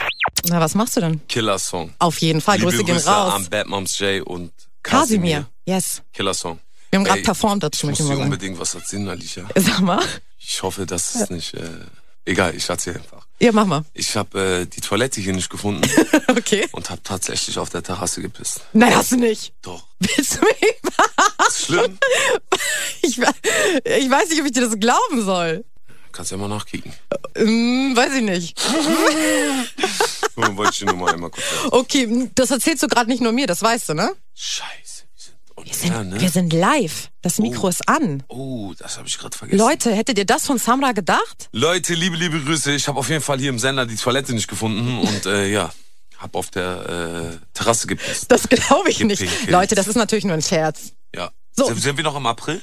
Na, was machst du denn? Killer-Song. Auf jeden Fall. Liebe Ah, Grüße gehen Grüße raus. an Bad Moms J und Kasimir. Kasimir. Yes. Killer-Song. Wir haben gerade Ey, performt Ich dazu, muss möchte ich dir mal sagen. unbedingt was erzählen, Alicia. Sag mal. Ich hoffe, das ist nicht... Äh, egal, ich erzähle einfach. Ja, mach mal. Ich habe äh, die Toilette hier nicht gefunden Okay. und habe tatsächlich auf der Terrasse gepisst. Nein, hast du nicht. Doch, Willst du mich? ist schlimm. Ich, we- ich weiß nicht, ob ich dir das glauben soll. Kannst ja mal nachkicken. Hm, weiß ich nicht. Nur Wollte ich dir nur mal einmal kurz sagen. Okay, hm, das erzählst du gerade nicht nur mir, das weißt du, ne? Scheiße, wir sind on Wir sind, air, ne? wir sind live. Das Mikro Oh. ist an. oh, das habe ich gerade vergessen. Leute, hättet ihr das von Samra gedacht? Leute, liebe, liebe Grüße. Ich habe auf jeden Fall hier im Sender die Toilette nicht gefunden und äh, ja, habe auf der äh, Terrasse gepisst. Das glaube ich nicht. Gepinkelt. Leute, das ist natürlich nur ein Scherz. Ja. So. Sind, sind wir noch im April?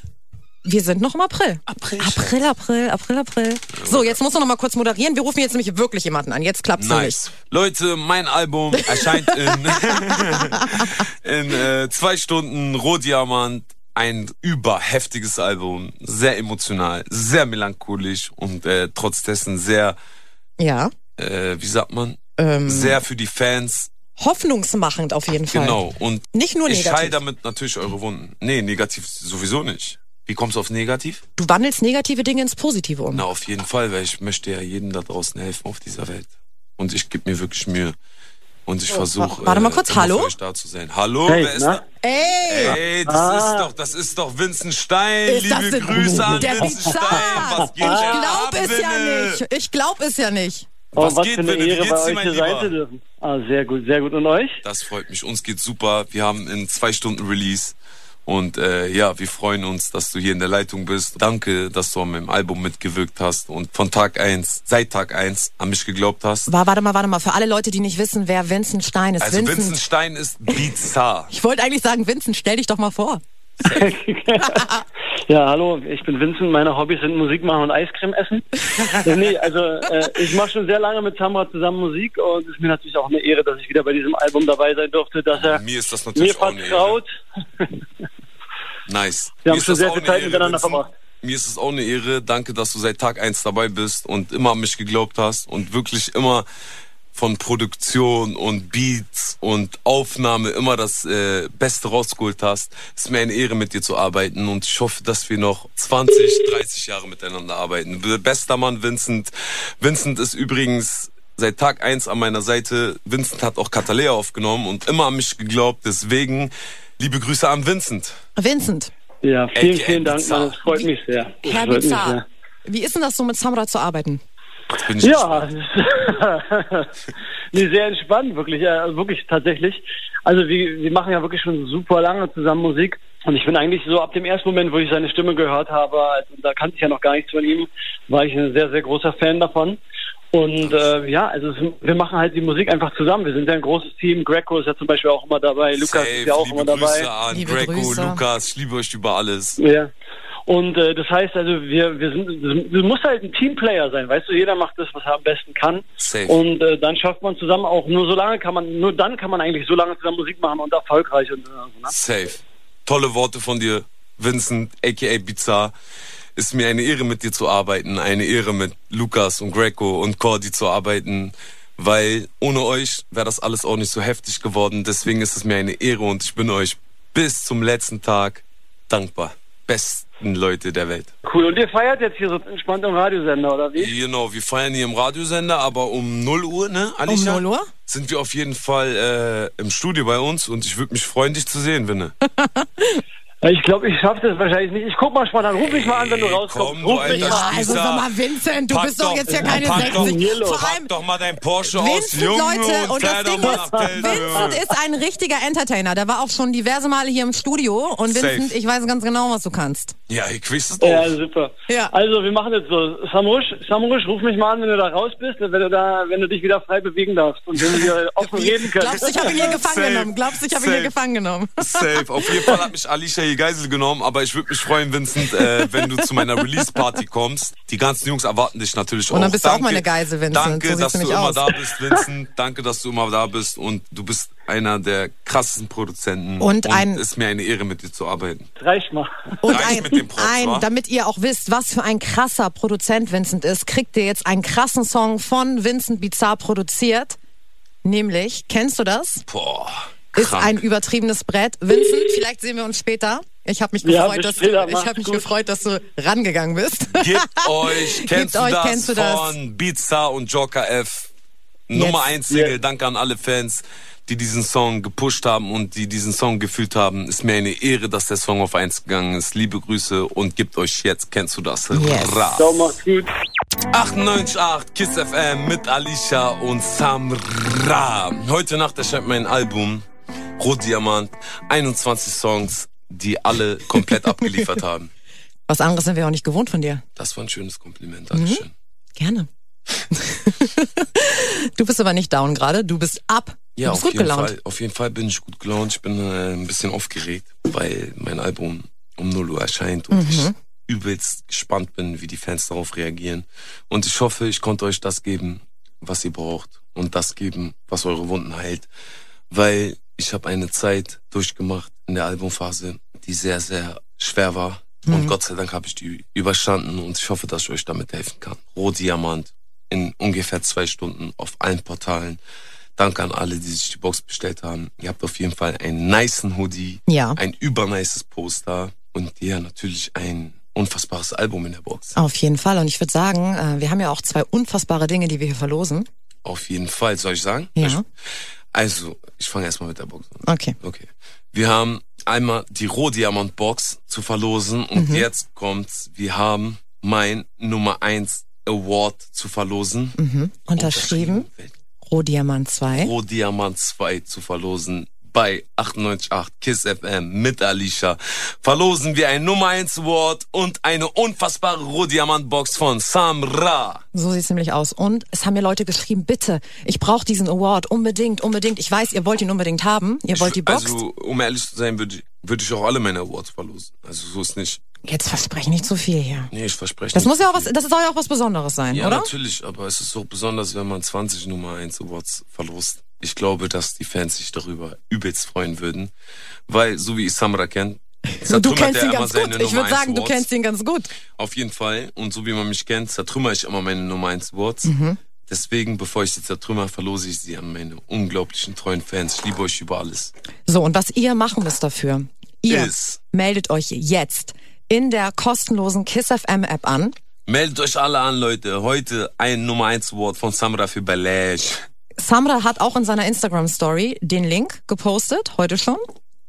Wir sind noch im April. April, April, April, April, April. So, jetzt musst du noch mal kurz moderieren. Wir rufen jetzt nämlich wirklich jemanden an. Jetzt klappt's Nice. Leute, mein Album erscheint in, in äh, zwei Stunden. Rohdiamant. Ein überheftiges Album. Sehr emotional, sehr melancholisch und äh, trotz dessen sehr, nicht. Ja. äh, wie sagt man, Ähm, sehr für die Fans. hoffnungsmachend auf jeden Fall. Genau. Und Nicht nur ich heile Oh, negativ. damit natürlich eure Wunden. Nee, negativ sowieso nicht. Wie kommst du auf negativ? Du wandelst negative Dinge ins Positive um. Na, auf jeden Fall, weil ich möchte ja jedem da draußen helfen auf dieser Welt. Und ich gebe mir wirklich Mühe. Und ich versuche. warte mal kurz, immer hallo? Für euch da zu sein. Hallo, Hey, wer ist na? Ah. da? Ey! Ey, das ist doch, das ist doch Vincent Stein. Ist das Liebe denn- Grüße an der Vincent Stein. Was Bizarre? Ich geht denn ab, glaube es ja Vinne? nicht. Ich glaube es ja nicht. Oh, Was was, geht, für eine Philipp? Wie Ehre, geht's bei dir, euch mein hier Lieber? sein zu dürfen. Ah, sehr gut, sehr gut. Und euch? Das freut mich. Uns geht's super. Wir haben in zwei Stunden Release. Und äh, ja, wir freuen uns, dass du hier in der Leitung bist. Danke, dass du an meinem Album mitgewirkt hast und von Tag eins, seit Tag eins, an mich geglaubt hast. Wa- Warte mal, warte mal. Für alle Leute, die nicht wissen, wer Vincent Stein ist. Also Vincent. Vincent Stein ist bizarr. Ich wollte eigentlich sagen, Vincent, stell dich doch mal vor. Ja, hallo, ich bin Vincent. Meine Hobbys sind Musik machen und Eiscreme essen. Äh, nee, also äh, ich mache schon sehr lange mit Samra zusammen Musik und es ist mir natürlich auch eine Ehre, dass ich wieder bei diesem Album dabei sein durfte, dass er Mir ist das mir natürlich auch eine Ehre. vertraut. Nice. Wir Mir haben ist schon das sehr auch viel eine Zeit Ehre, miteinander Vincent. verbracht. Mir ist es auch eine Ehre. Danke, dass du seit Tag eins dabei bist und immer an mich geglaubt hast und wirklich immer von Produktion und Beats und Aufnahme immer das äh, Beste rausgeholt hast. Es ist mir eine Ehre, mit dir zu arbeiten und ich hoffe, dass wir noch 20, 30 Jahre miteinander arbeiten. Bester Mann Vincent. Vincent ist übrigens seit Tag eins an meiner Seite. Vincent hat auch Catalea aufgenommen und immer an mich geglaubt. Deswegen liebe Grüße an Vincent. Vincent, Ja, vielen, Ey, vielen Dank, bizarr. Mann. Das freut mich sehr. Das Herr freut mich Bizarre, sehr. wie ist denn das so, mit Samra zu arbeiten? Jetzt bin ich Ja, nee, sehr entspannt, wirklich, äh, wirklich tatsächlich. Also wir, wir machen ja wirklich schon super lange zusammen Musik und ich bin eigentlich so ab dem ersten Moment, wo ich seine Stimme gehört habe, also, da kannte ich ja noch gar nichts von ihm, war ich ein sehr, sehr großer Fan davon. Und äh, ja, also es, wir machen halt die Musik einfach zusammen. Wir sind ja ein großes Team. Greco ist ja zum Beispiel auch immer dabei, Lukas Safe, ist ja auch liebe immer dabei. Grüße an Liebe Greco, Grüße. Lukas, ich liebe euch über alles. Ja. Und äh, das heißt also, wir, wir sind, du musst halt ein Teamplayer sein, weißt du, jeder macht das, was er am besten kann. Safe. Und äh, dann schafft man zusammen auch nur so lange kann man, nur dann kann man eigentlich so lange zusammen Musik machen und erfolgreich und äh, so, ne? Safe. Tolle Worte von dir, Vincent, aka Bizarre. Ist mir eine Ehre, mit dir zu arbeiten. Eine Ehre, mit Lukas und Greco und Cordy zu arbeiten. Weil ohne euch wäre das alles auch nicht so heftig geworden. Deswegen ist es mir eine Ehre und ich bin euch bis zum letzten Tag dankbar. Besten Leute der Welt. Cool. Und ihr feiert jetzt hier so entspannt im Radiosender, oder wie? Genau, wir feiern hier im Radiosender, aber um 0 Uhr, ne, Alicia? Um 0 Uhr? Sind wir auf jeden Fall äh, im Studio bei uns und ich würde mich freuen, dich zu sehen, Winne. Ja, Ich glaube, ich schaffe das wahrscheinlich nicht. Ich guck mal spontan, ruf mich mal an, wenn du Ey, rauskommst. komm, du ruf mich alter mal an. Ja, also Spießer. sag mal, Vincent, du Pack bist doch jetzt ja keine pack doch- 60. Vor pack allem- doch mal dein Porsche aus, Vincent, Junge, Leute, und das fahr doch Ding mal ist, nach Feldau, Vincent Junge. ist ein richtiger Entertainer. Der war auch schon diverse Male hier im Studio. Und Safe. Vincent, ich weiß ganz genau, was du kannst. Ja, ich weiß es Ja, doch. super. Ja. Also, wir machen jetzt so. Samrush, Samrush, ruf mich mal an, wenn du da raus bist, wenn du da, wenn du dich wieder frei bewegen darfst und wenn wir offen reden können. Glaubst du, ich habe ihn hier gefangen Safe. genommen? Glaubst du, ich habe ihn Safe. hier gefangen genommen? Safe. Auf jeden Fall hat mich Alicia hier Geisel genommen, aber ich würde mich freuen, Vincent, äh, wenn du zu meiner Release-Party kommst. Die ganzen Jungs erwarten dich natürlich auch. Und dann bist du auch danke, meine Geisel, Vincent. Danke, So siehst dass du du nämlich immer aus. da bist, Vincent. Danke, dass du immer da bist und du bist einer der krassesten Produzenten. Und ein- ist mir eine Ehre, mit dir zu arbeiten. Das reicht mal. Und Reicht ein, mit dem Props, wa? ein, damit ihr auch wisst, was für ein krasser Produzent Vincent ist, kriegt ihr jetzt einen krassen Song von Vincent Bizarre produziert. Nämlich, kennst du das? Boah. Ist krank. ein übertriebenes Brett. Vincent, vielleicht sehen wir uns später. Ich habe mich, Ja, gefreut, bis dass du, später, ich macht's hab mich gut. gefreut, dass du rangegangen bist. Gebt euch, kennst, du, euch, das kennst du das? von Bizarre und Joker F. Nummer Jetzt. 1 Single. Jetzt. Danke an alle Fans, die diesen Song gepusht haben und die diesen Song gefühlt haben. Ist mir eine Ehre, dass der Song auf 1 gegangen ist. Liebe Grüße und gebt euch jetzt, kennst du das? Yes. Ra. Ciao, mach's gut. 98.8 Kiss FM mit Alicia und Samra. Heute Nacht erscheint mein Album Rotdiamant. 21 Songs, die alle komplett abgeliefert haben. Was anderes sind wir auch nicht gewohnt von dir. Das war ein schönes Kompliment. Dankeschön. Gerne. du bist aber nicht down gerade, du bist up. Ja, du auf, bist gut jeden gelaunt. Fall, auf jeden Fall bin ich gut gelaunt. Ich bin äh, ein bisschen aufgeregt, weil mein Album um 0 Uhr erscheint und ich Mhm. übelst gespannt bin, wie die Fans darauf reagieren. Und ich hoffe, ich konnte euch das geben, was ihr braucht und das geben, was eure Wunden heilt. Weil ich habe eine Zeit durchgemacht in der Albumphase, die sehr, sehr schwer war. Mhm. Und Gott sei Dank habe ich die überstanden und ich hoffe, dass ich euch damit helfen kann. Rohdiamant in ungefähr zwei Stunden auf allen Portalen. Danke an alle, die sich die Box bestellt haben. Ihr habt auf jeden Fall einen niceen Hoodie, Ja. ein übernices Poster und ja, natürlich ein unfassbares Album in der Box. Auf jeden Fall. Und ich würde sagen, äh, wir haben ja auch zwei unfassbare Dinge, die wir hier verlosen. Auf jeden Fall, soll ich sagen? Ja. Ich, also, ich fange erstmal mit der Box an. Okay. Okay. Wir haben einmal die Rohdiamant-Box zu verlosen Mhm. und jetzt kommt's. Wir haben mein Nummer 1 Award zu verlosen. Mhm, Unterschrieben. Rohdiamant 2. Rohdiamant 2 zu verlosen bei 98.8 KISS FM mit Alicia. Verlosen wir ein Nummer 1 Award und eine unfassbare Rohdiamant-Box von Samra. So sieht's nämlich aus. Und es haben mir Leute geschrieben, bitte, ich brauche diesen Award unbedingt, unbedingt. Ich weiß, ihr wollt ihn unbedingt haben. Ihr wollt die Box. Also, um ehrlich zu sein, würde ich, würd ich auch alle meine Awards verlosen. Also so ist nicht. Jetzt verspreche nicht zu viel hier. Nee, ich verspreche Das nicht muss zu ja auch viel. was, das soll ja auch was Besonderes sein, Ja, oder? natürlich, aber es ist so besonders, wenn man 20 Nummer 1 Awards verlost. Ich glaube, dass die Fans sich darüber übelst freuen würden, weil, so wie ich Samra kennt, Du zertrümmert kennst er ihn immer ganz seine gut. Nummer Ich würde 1 sagen, du Awards. kennst ihn ganz gut. Auf jeden Fall. Und so wie man mich kennt, zertrümmer ich immer meine Nummer 1 Awards. Mhm. Deswegen, bevor ich sie zertrümmer, verlose ich sie an meine unglaublichen treuen Fans. Ich liebe euch über alles. So, und was ihr machen müsst dafür, ihr Ist. meldet euch jetzt in der kostenlosen Kiss FM App an. Meldet euch alle an, Leute. Heute ein Nummer 1 Award von Samra für Balash. Samra hat auch in seiner Instagram Story den Link gepostet, heute schon.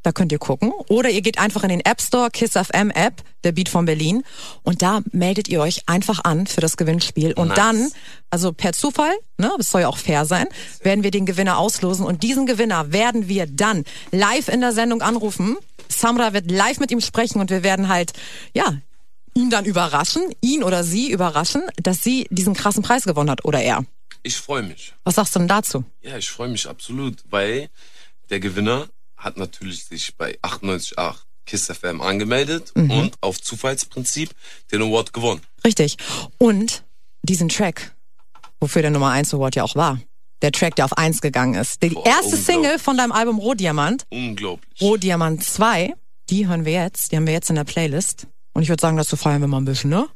Da könnt ihr gucken. Oder ihr geht einfach in den App Store, Kiss FM App, der Beat von Berlin. Und da meldet ihr euch einfach an für das Gewinnspiel. Und Nice. dann, also per Zufall, ne, das soll ja auch fair sein, werden wir den Gewinner auslosen. Und diesen Gewinner werden wir dann live in der Sendung anrufen. Samra wird live mit ihm sprechen und wir werden halt, ja, ihn dann überraschen, ihn oder sie überraschen, dass sie diesen krassen Preis gewonnen hat oder er. Ich freue mich. Was sagst du denn dazu? Ja, ich freue mich absolut, weil der Gewinner hat natürlich sich bei 98.8 KISS FM angemeldet Mhm. und auf Zufallsprinzip den Award gewonnen. Richtig. Und diesen Track, wofür der Nummer 1 Award ja auch war. Der Track, der auf 1 gegangen ist. Die Boah, erste unglaublich. Single von deinem Album Rohdiamant, Unglaublich. Oh. Rohdiamant 2, die hören wir jetzt. Die haben wir jetzt in der Playlist. Und ich würde sagen, dazu feiern wir mal ein bisschen, ne?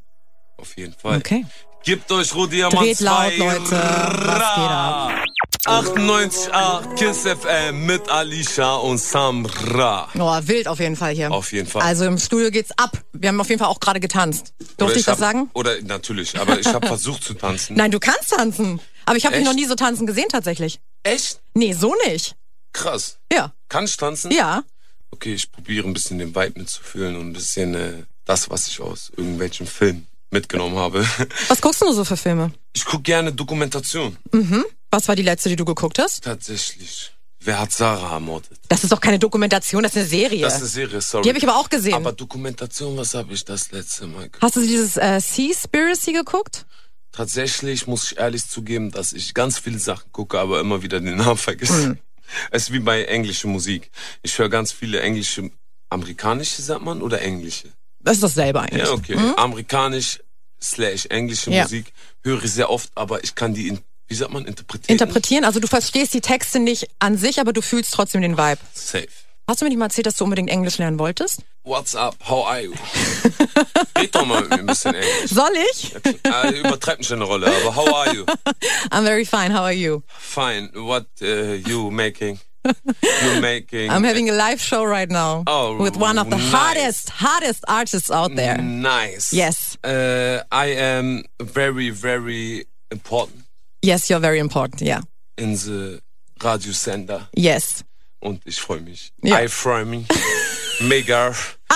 Auf jeden Fall. Okay. Gebt euch Rohdiamant Dreht laut, 2. Leute. Was geht ab? 98.8 KISS FM mit Alicia und Samra. Oh, wild auf jeden Fall hier. Auf jeden Fall. Also im Studio geht's ab. Wir haben auf jeden Fall auch gerade getanzt. Oder Durfte ich, hab, das sagen? Oder natürlich, aber ich habe versucht zu tanzen. Nein, du kannst tanzen. Aber ich habe dich Echt? noch nie so tanzen gesehen tatsächlich. Echt? Nee, so nicht. Krass. Ja, Kann ich tanzen? ja. Okay, ich probiere ein bisschen den Vibe mitzufühlen und ein bisschen äh, das, was ich aus irgendwelchen Filmen mitgenommen habe. Was guckst du so für Filme? Ich guck gerne Dokumentation. Was war die letzte, die du geguckt hast? Tatsächlich. Wer hat Sarah ermordet? Das ist doch keine Dokumentation, das ist eine Serie. Das ist eine Serie, sorry. die habe ich aber auch gesehen. Aber Dokumentation, was habe ich das letzte Mal geguckt? Hast du dieses äh, Seaspiracy geguckt? Tatsächlich muss ich ehrlich zugeben, dass ich ganz viele Sachen gucke, aber immer wieder den Namen vergesse. Mhm. Es ist wie bei englischer Musik. Ich höre ganz viele englische, amerikanische sagt man oder englische? Das ist dasselbe eigentlich. Ja, okay. Amerikanisch slash englische Hm? Ja. Musik höre ich sehr oft, aber ich kann die, in, wie sagt man, interpretieren? Interpretieren, also du verstehst die Texte nicht an sich, aber du fühlst trotzdem den Vibe. Safe. Hast du mir nicht mal erzählt, dass du unbedingt Englisch lernen wolltest? What's up? How are you? Red doch mal mit mir ein bisschen Englisch. Soll ich? Äh, übertreib nicht deine Rolle, aber how are you? I'm very fine, how are you? Fine. What äh, you making? You making? I'm having a live show right now Oh, with one of the nice. hottest, hottest artists out there. Nice. Yes. Äh, I am very, very important Yes, you're very important, yeah. in the Radiosender. Yes. und ich freue mich. Ja. I freue mich. Mega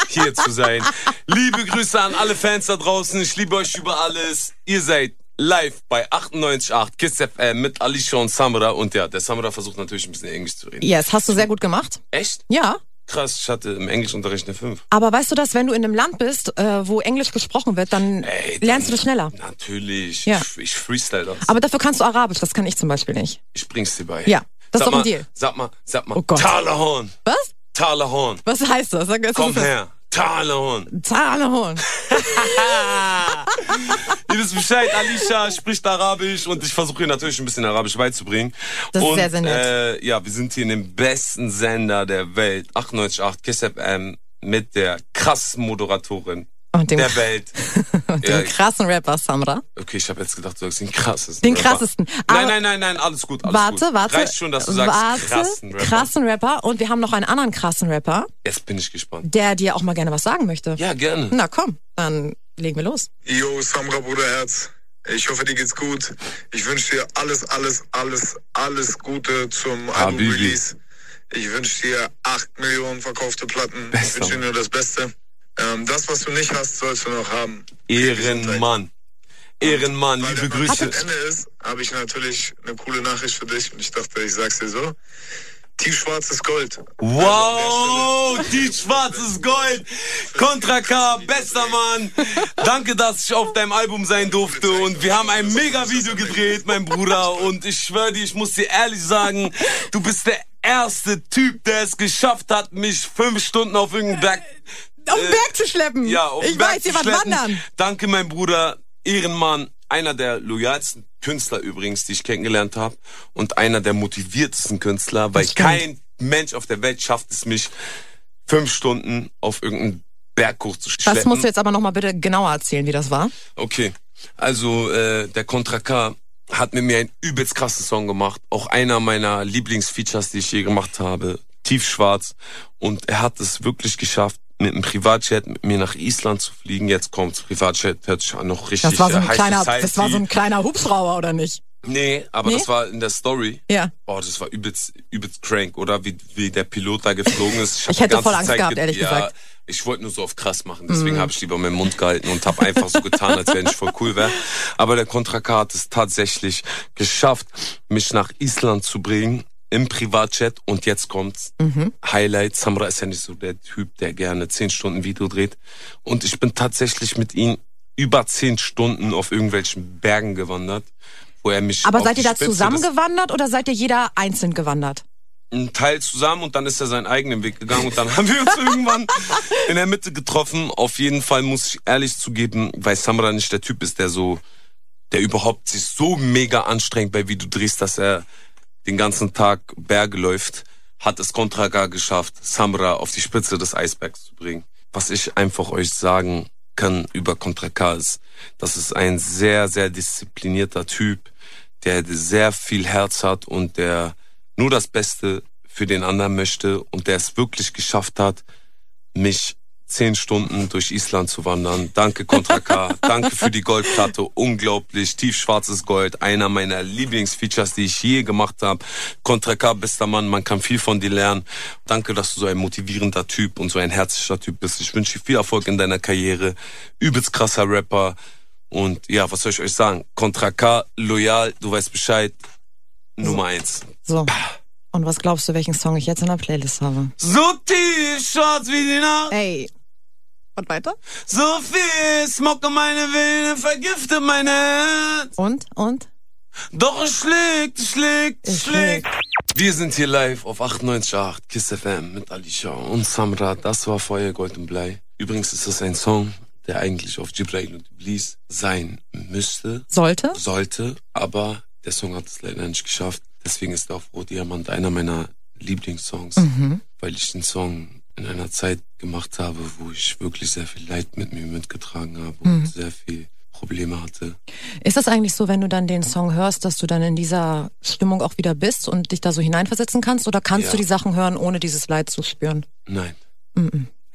hier zu sein. Liebe Grüße an alle Fans da draußen. Ich liebe euch über alles. Ihr seid live bei 98.8 Kiss FM mit Alicia und Samra. Und ja, der Samra versucht natürlich ein bisschen Englisch zu reden. Yes, hast du sehr gut gemacht. Echt? Ja. Krass, ich hatte im Englischunterricht eine 5. Aber weißt du, dass wenn du in einem Land bist, äh, wo Englisch gesprochen wird, dann Ey, dann- lernst du das schneller. Natürlich. Ja. Ich, ich freestyle das. Aber dafür kannst du Arabisch, das kann ich zum Beispiel nicht. ich bring's dir bei. Ja, das sag ist doch ein mal, Deal. Sag mal, sag mal. Oh Gott. Talahorn. Was? Talahorn. Was heißt das? Sag, Komm her. Talahorn. Zahnhorn. Ihr wisst Bescheid, Alicia spricht Arabisch und ich versuche ihr natürlich ein bisschen Arabisch beizubringen. Das ist und, sehr, sehr nett. Äh, ja, wir sind hier in dem besten Sender der Welt, 98.8 KISS FM, mit der krassen Moderatorin Und dem, der Welt. und Ja, dem ich- krassen Rapper Samra. Okay, ich habe jetzt gedacht, du sagst den krassesten. Den Rapper. krassesten. Nein, Aber- nein, nein, nein, alles gut, alles Warte, gut. warte. Reicht schon, dass du sagst, warte, krassen Rapper. krassen Rapper. Und wir haben noch einen anderen krassen Rapper, Jetzt bin ich gespannt. der dir auch mal gerne was sagen möchte. Ja, gerne. Na komm, dann legen wir los. Yo, Samra Bruderherz. Ich hoffe, dir geht's gut. Ich wünsche dir alles, alles, alles, alles Gute zum Habibi. Album-Release. Ich wünsche dir 8 Millionen verkaufte Platten. Ich Besser. wünsche dir nur das Beste. Ähm, das, was du nicht hast, sollst du noch haben. Ehrenmann. Ehrenmann, Weil liebe der Podcast Grüße. am Ende ist, habe ich natürlich eine coole Nachricht für dich und ich dachte, ich sag's dir so. Tiefschwarzes Gold. Wow, die schwarzes Gold. Contra K, bester Mann. Danke, dass ich auf deinem Album sein durfte. Und wir haben ein Mega-Video gedreht, mein Bruder. Und ich schwöre dir, ich muss dir ehrlich sagen, du bist der erste Typ, der es geschafft hat, mich fünf Stunden auf irgendeinen Berg... Auf den Um Berg zu schleppen. Äh, Ja, auf den ich Berg weiß, zu jemand schleppen. wandern. Danke, mein Bruder. Ehrenmann. Einer der loyalsten Künstler übrigens, die ich kennengelernt habe. Und einer der motiviertesten Künstler, weil stimmt. kein Mensch auf der Welt schafft es mich, fünf Stunden auf irgendeinen Berg hochzuschleppen. Das musst du jetzt aber nochmal bitte genauer erzählen, wie das war. Okay, also äh, der Contra K hat mit mir einen übelst krassen Song gemacht. Auch einer meiner Lieblingsfeatures, die ich je gemacht habe. Tiefschwarz. Und er hat es wirklich geschafft, mit einem Privatjet mit mir nach Island zu fliegen. Jetzt kommt's, Privatjet hört sich an, noch richtig Das war so ein äh, heiße kleiner, Zeit, das war so ein die- kleiner Hubschrauber, oder nicht? Nee, aber Nee? das war in der Story. Ja. Boah, das war übelst, übelst crank, oder? Wie, wie der Pilot da geflogen ist. hab Ich hätte die ganze voll Angst Zeit gehabt, ge- ehrlich ja, gesagt. Ich wollte nur so auf krass machen, Mhm. deswegen habe ich lieber meinen Mund gehalten und habe einfach so getan, als wenn ich voll cool wäre. Aber der Contra K hat es tatsächlich geschafft, mich nach Island zu bringen im Privatjet und jetzt kommt's. Mhm. Highlight. Samra ist ja nicht so der Typ, der gerne 10 Stunden Video dreht. Und ich bin tatsächlich mit ihm über 10 Stunden auf irgendwelchen Bergen gewandert, wo er mich Aber auf seid die ihr da Spitze des- zusammengewandert oder seid ihr jeder einzeln gewandert? einen Teil zusammen und dann ist er seinen eigenen Weg gegangen und dann haben wir uns irgendwann in der Mitte getroffen. Auf jeden Fall muss ich ehrlich zugeben, weil Samra nicht der Typ ist, der so, der überhaupt sich so mega anstrengt bei Wie du drehst, dass er den ganzen Tag Berge läuft, hat es Contra K geschafft, Samra auf die Spitze des Eisbergs zu bringen. Was ich einfach euch sagen kann über Contra K ist, das ist ein sehr, sehr disziplinierter Typ, der sehr viel Herz hat und der nur das Beste für den anderen möchte und der es wirklich geschafft hat, mich zehn Stunden durch Island zu wandern. Danke Contra K, danke für die Goldplatte, unglaublich, tiefschwarzes Gold, einer meiner Lieblingsfeatures, die ich je gemacht habe. Contra K, bester Mann, man kann viel von dir lernen. Danke, dass du so ein motivierender Typ und so ein herzlicher Typ bist. Ich wünsche dir viel Erfolg in deiner Karriere, übelst krasser Rapper und ja, was soll ich euch sagen? Contra K, loyal, du weißt Bescheid, Nummer eins. So. Und was glaubst du, welchen Song ich jetzt in der Playlist habe? So tief schwarz wie die Nacht. Ey. Und weiter? So viel Smoke in meine Venen vergiftet mein Herz. Und? Und? Doch es schlägt, es schlägt, es schlägt. Wir sind hier live auf 98.8 Kiss FM mit Alicia und Samra. Das war Feuer, Gold und Blei. Übrigens ist das ein Song, der eigentlich auf Jibrail und Iblis sein müsste, Sollte? sollte, aber der Song hat es leider nicht geschafft. Deswegen ist auch Rot Diamant einer meiner Lieblingssongs, weil ich den Song in einer Zeit gemacht habe, wo ich wirklich sehr viel Leid mit mir mitgetragen habe und sehr viel Probleme hatte. Ist das eigentlich so, wenn du dann den Song hörst, dass du dann in dieser Stimmung auch wieder bist und dich da so hineinversetzen kannst? Oder kannst Ja. du die Sachen hören, ohne dieses Leid zu spüren? Nein,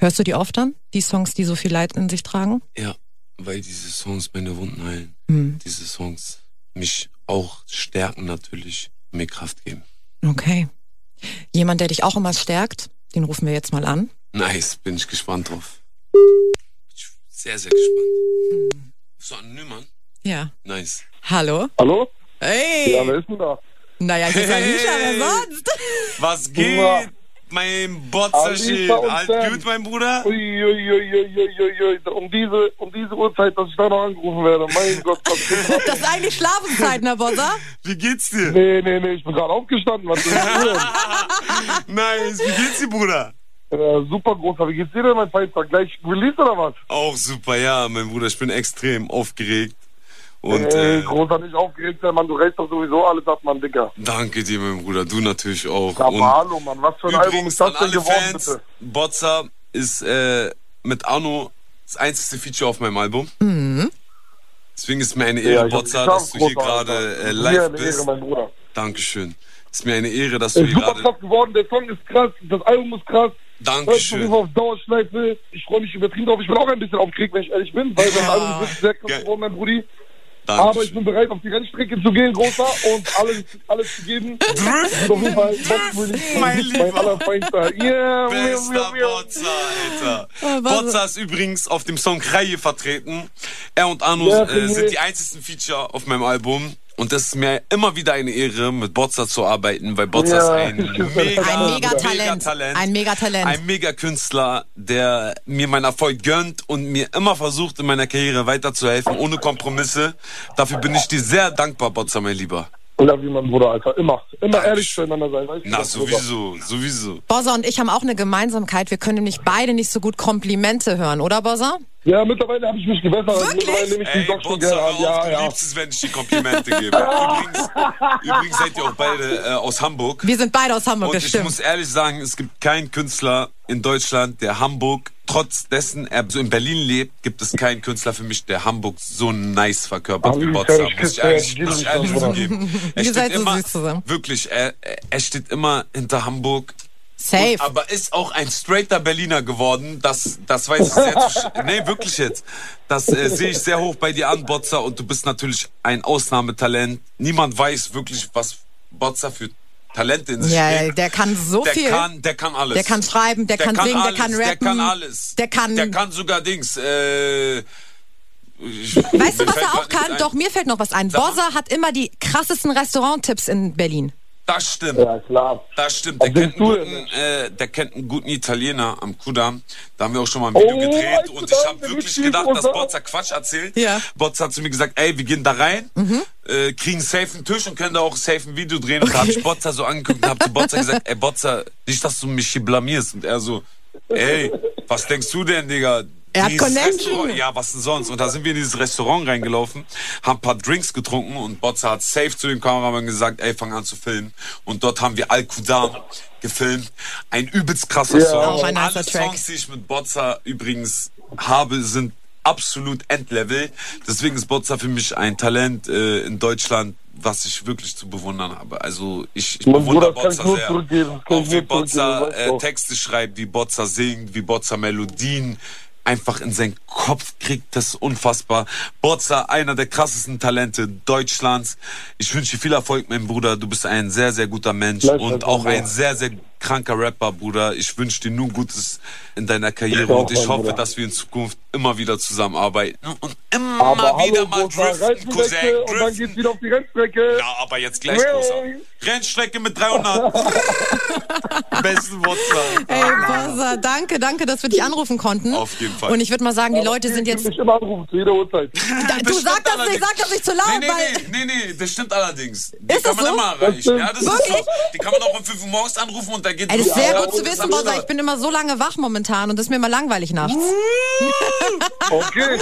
Hörst du die oft dann? Die Songs, die so viel Leid in sich tragen? ja, weil diese Songs meine Wunden heilen. Diese Songs mich auch stärken natürlich, mir Kraft geben. Okay. Jemand, der dich auch immer stärkt, den rufen wir jetzt mal an. Nice, bin ich gespannt drauf. Bin ich sehr, sehr gespannt. So anonym, Mann. Ja. Nice. Hallo? Hallo? Hey! Ja, wer ist denn da? Naja, ich bin Hey. Alicia, wer sonst? Was Hunger. geht? Mein Alicia Botzerschädel. und Alles Sam. halt, gut, mein Bruder? Uiuiuiuiuiui, um diese, um diese Uhrzeit, dass ich da noch angerufen werde. Mein Gott, was geht ab? Das ist eigentlich Schlafenszeit, ne, Bossa? Wie geht's dir? Nee, nee, nee, ich bin gerade aufgestanden. Was soll ich tun? Nice, wie geht's dir, Bruder? Äh, super großer. Wie geht's dir denn, mein Feister? Gleich Release oder was? Auch super, ja, mein Bruder. Ich bin extrem aufgeregt. Und Ey, äh, großer, nicht aufgeregt sein, Mann. Du rätst doch sowieso alles ab, Mann, Dicker. danke dir, mein Bruder. Du natürlich auch. Aber Und hallo, Mann. Was für ein Album übrigens ist an das denn alle geworden, Fans, bitte? Botzer ist äh, mit Anno das einzige Feature auf meinem Album. Deswegen ist mir eine Ehre, ich hab's Botzer, geschafft, dass du hier großer, gerade Alter. äh, Mir eine live Ehre, bist. mein Bruder. Dankeschön. Ist mir eine Ehre, dass du Ist hier super gerade... krass geworden. Der Song ist krass. Das Album ist krass. Hörst du Dankeschön. rüber auf Dauerschleife. Ich freue mich übertrieben drauf. Ich bin auch ein bisschen aufgeregt, wenn ich ehrlich bin, weil das Ja. Album ist sehr krass Geil. geworden, mein Brudi. Aber ich bin bereit, auf die Rennstrecke zu gehen, Großer, und alles, alles zu geben. Driften, Und auf jeden Fall, driften, mein mein Lieber. allerfeinster. Yeah, Bester miau, miau, Ah, miau. Bozza, Alter. Oh, was- Bozza ist übrigens auf dem Song Kreie vertreten. Er und Arno Ja, äh, finde sind ich. die einzigen Feature auf meinem Album. Und das ist mir immer wieder eine Ehre, mit Bozza zu arbeiten, weil Bozza Ja, ist ein das stimmt. mega, Ein Megatalent. Megatalent. Ein Megatalent. Ein Megakünstler, der mir meinen Erfolg gönnt und mir immer versucht, in meiner Karriere weiterzuhelfen, ohne Kompromisse. Dafür bin ich dir sehr dankbar, Bozza, mein Lieber. Love you, mein Bruder, Alter. Immer. Immer ehrlich zueinander sein. Weißt du, Na, das, Bruder? sowieso, sowieso. Bozza und ich haben auch eine Gemeinsamkeit. Wir können nämlich beide nicht so gut Komplimente hören, oder Bozza? Ja, mittlerweile habe ich mich gebessert. Also Wirklich? Mittlerweile nehme ich die Ey, doch schon Bonzer, gerne hör an. auf, Ja, du ja. liebst es, wenn ich dir Komplimente gebe. übrigens, übrigens seid ihr auch beide äh, aus Hamburg. Wir sind beide aus Hamburg, Und das ich stimmt. muss ehrlich sagen, es gibt keinen Künstler in Deutschland, der Hamburg, trotz dessen er so in Berlin lebt, gibt es keinen Künstler für mich, der Hamburg so nice verkörpert wie Ali, Bonzer. ich Muss ich küsse ehrlich, dich, muss ich Bruder. ehrlich zugeben. Er Ihr steht seid so immer, süß zusammen. Wirklich, er, er- er steht immer hinter Hamburg. Safe. Aber ist auch ein straighter Berliner geworden. Das, das weiß ich sehr zu sch- Nee, wirklich jetzt. Das äh, sehe ich sehr hoch bei dir an, Botzer. Und du bist natürlich ein Ausnahmetalent. Niemand weiß wirklich, was Botzer für Talente in sich Ja, ja, trägt. der kann so der viel. Kann, der kann alles. Der kann schreiben, der kann singen, der alles, kann Der rappen, kann alles. der kann- Der kann sogar Dings. Äh, Weißt du, was er auch kann? Doch, mir fällt noch was ein. Sag mal. Bozza hat immer die krassesten Restauranttipps in Berlin. Das stimmt. Ja, klar. Das stimmt, der Auf den kennt, einen Stuhl, guten, äh, der kennt einen guten Italiener am Kudamm. Da haben wir auch schon mal ein Video Oh, gedreht Alter, und ich habe wir wirklich müssen gedacht, dass runter. Botzer Quatsch erzählt. Ja. Botzer hat zu mir gesagt, ey, wir gehen da rein, äh, kriegen safe einen Tisch und können da auch safe ein Video drehen. Und da habe ich Botzer so angeguckt und habe zu Botzer gesagt, ey, Botzer, nicht, dass du mich hier blamierst. Und er so, ey, was denkst du denn, Digga? Er hat Dieses Connection. Restaurant- Ja, was denn sonst? Und da sind wir in dieses Restaurant reingelaufen, haben ein paar Drinks getrunken und Botzer hat safe zu dem Kameramann gesagt, ey, fang an zu filmen. Und dort haben wir Al-Qudam gefilmt. Ein übelst krasser Ja. Song. Auch ein nicer Alle Track. Songs, die ich mit Botzer übrigens habe, sind absolut Endlevel. Deswegen ist Botzer für mich ein Talent äh, in Deutschland, was ich wirklich zu bewundern habe. Also ich, ich Mein bewundere Bruder, das kann ich Botzer nur sehr. zurückgeben. Das kann Auch ich wie nur zurückgeben, Botzer weißt äh, du. Texte schreibt, wie Botzer singt, wie Botzer Melodien einfach in seinen Kopf kriegt, das ist unfassbar. Botzer, einer der krassesten Talente Deutschlands. Ich wünsche dir viel Erfolg, mein Bruder. Du bist ein sehr, sehr guter Mensch Bleib und dabei. auch ein sehr, sehr kranker Rapper, Bruder. Ich wünsche dir nur Gutes in deiner Karriere Danke auch, und ich mein hoffe, Bruder. dass wir in Zukunft immer wieder zusammenarbeiten und immer Aber wieder hallo, mal Großer, driften, Cousin. Reifenwechsel und dann driften. geht's wieder auf die Rennstrecke. Ja, aber jetzt gleich, Großer. Rennstrecke mit 300. Besten WhatsApp. Ey, Bozza, Oh, danke, danke, dass wir dich anrufen konnten. Auf jeden Fall. Und ich würde mal sagen, die Leute sind jetzt... Ich immer anrufen, zu jeder Uhrzeit. Du sag das nicht, sag das nicht zu laut, Nee, weil... nee, nee, nee, nee, das stimmt allerdings. Die Ist kann das man so? immer erreichen. Ja, das Wirklich? ist so. Die kann man auch um 5 Uhr morgens anrufen und da geht's Ey, das ist los. sehr Ja, gut zu und wissen, das Bozza. Ich bin immer so lange wach momentan und es ist mir immer langweilig nachts. Okay. Ich,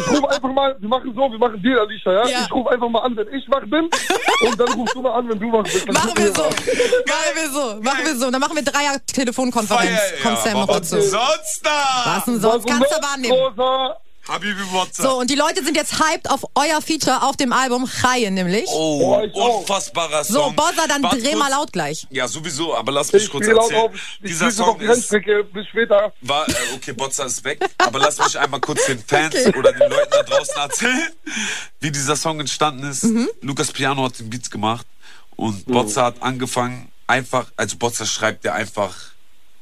ich rufe einfach mal, wir machen so, wir machen Deal, Alicia, ja? Ja. Ich rufe einfach mal an, wenn ich wach bin. Und dann rufst du mal an, wenn du wach bist. Dann Machen gucken wir so. mal. Machen wir so. Machen wir so. Dann machen wir Dreier Telefonkonferenz. Feier, Kommt Sam noch aber dazu. was Sonst da. Was denn Also sonst? Kannst ne, du aber annehmen. Großer. Habibi WhatsApp. So, und die Leute sind jetzt hyped auf euer Feature auf dem Album Chaie nämlich. Oh, ich auch. unfassbarer So, Song. Bozza, dann Warte dreh kurz. mal laut gleich. Ja, sowieso, aber lass mich Ich kurz spiele laut erzählen. auf. Ich Dieser spiele auf Song die ist Rennstrecke. Bis später. war, äh, okay, Botzer ist weg, aber lass mich einmal kurz den Fans oder den Leuten da draußen erzählen, wie dieser Song entstanden ist. Lukas Piano hat den Beats gemacht und Botzer hat angefangen, einfach, also Botzer schreibt ja einfach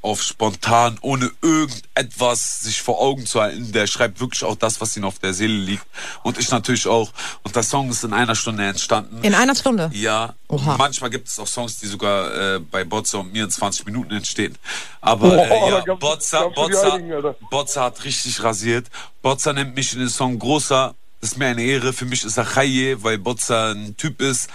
auf spontan, ohne irgendetwas sich vor Augen zu halten. Der schreibt wirklich auch das, was ihm auf der Seele liegt. Und ich natürlich auch. Und der Song ist in einer Stunde entstanden. In einer Stunde. Ja, Oha. manchmal gibt es auch Songs, die sogar äh, bei Botzer und mir in 20 Minuten entstehen. Aber äh, Boah, da ja, gab's- Botzer, gab's schon die Botzer, Heiligen, Alter. Botzer hat richtig rasiert. Botzer nennt mich in den Song Großer. Das ist mir eine Ehre. Für mich ist er Chaye, weil Botzer ein Typ ist,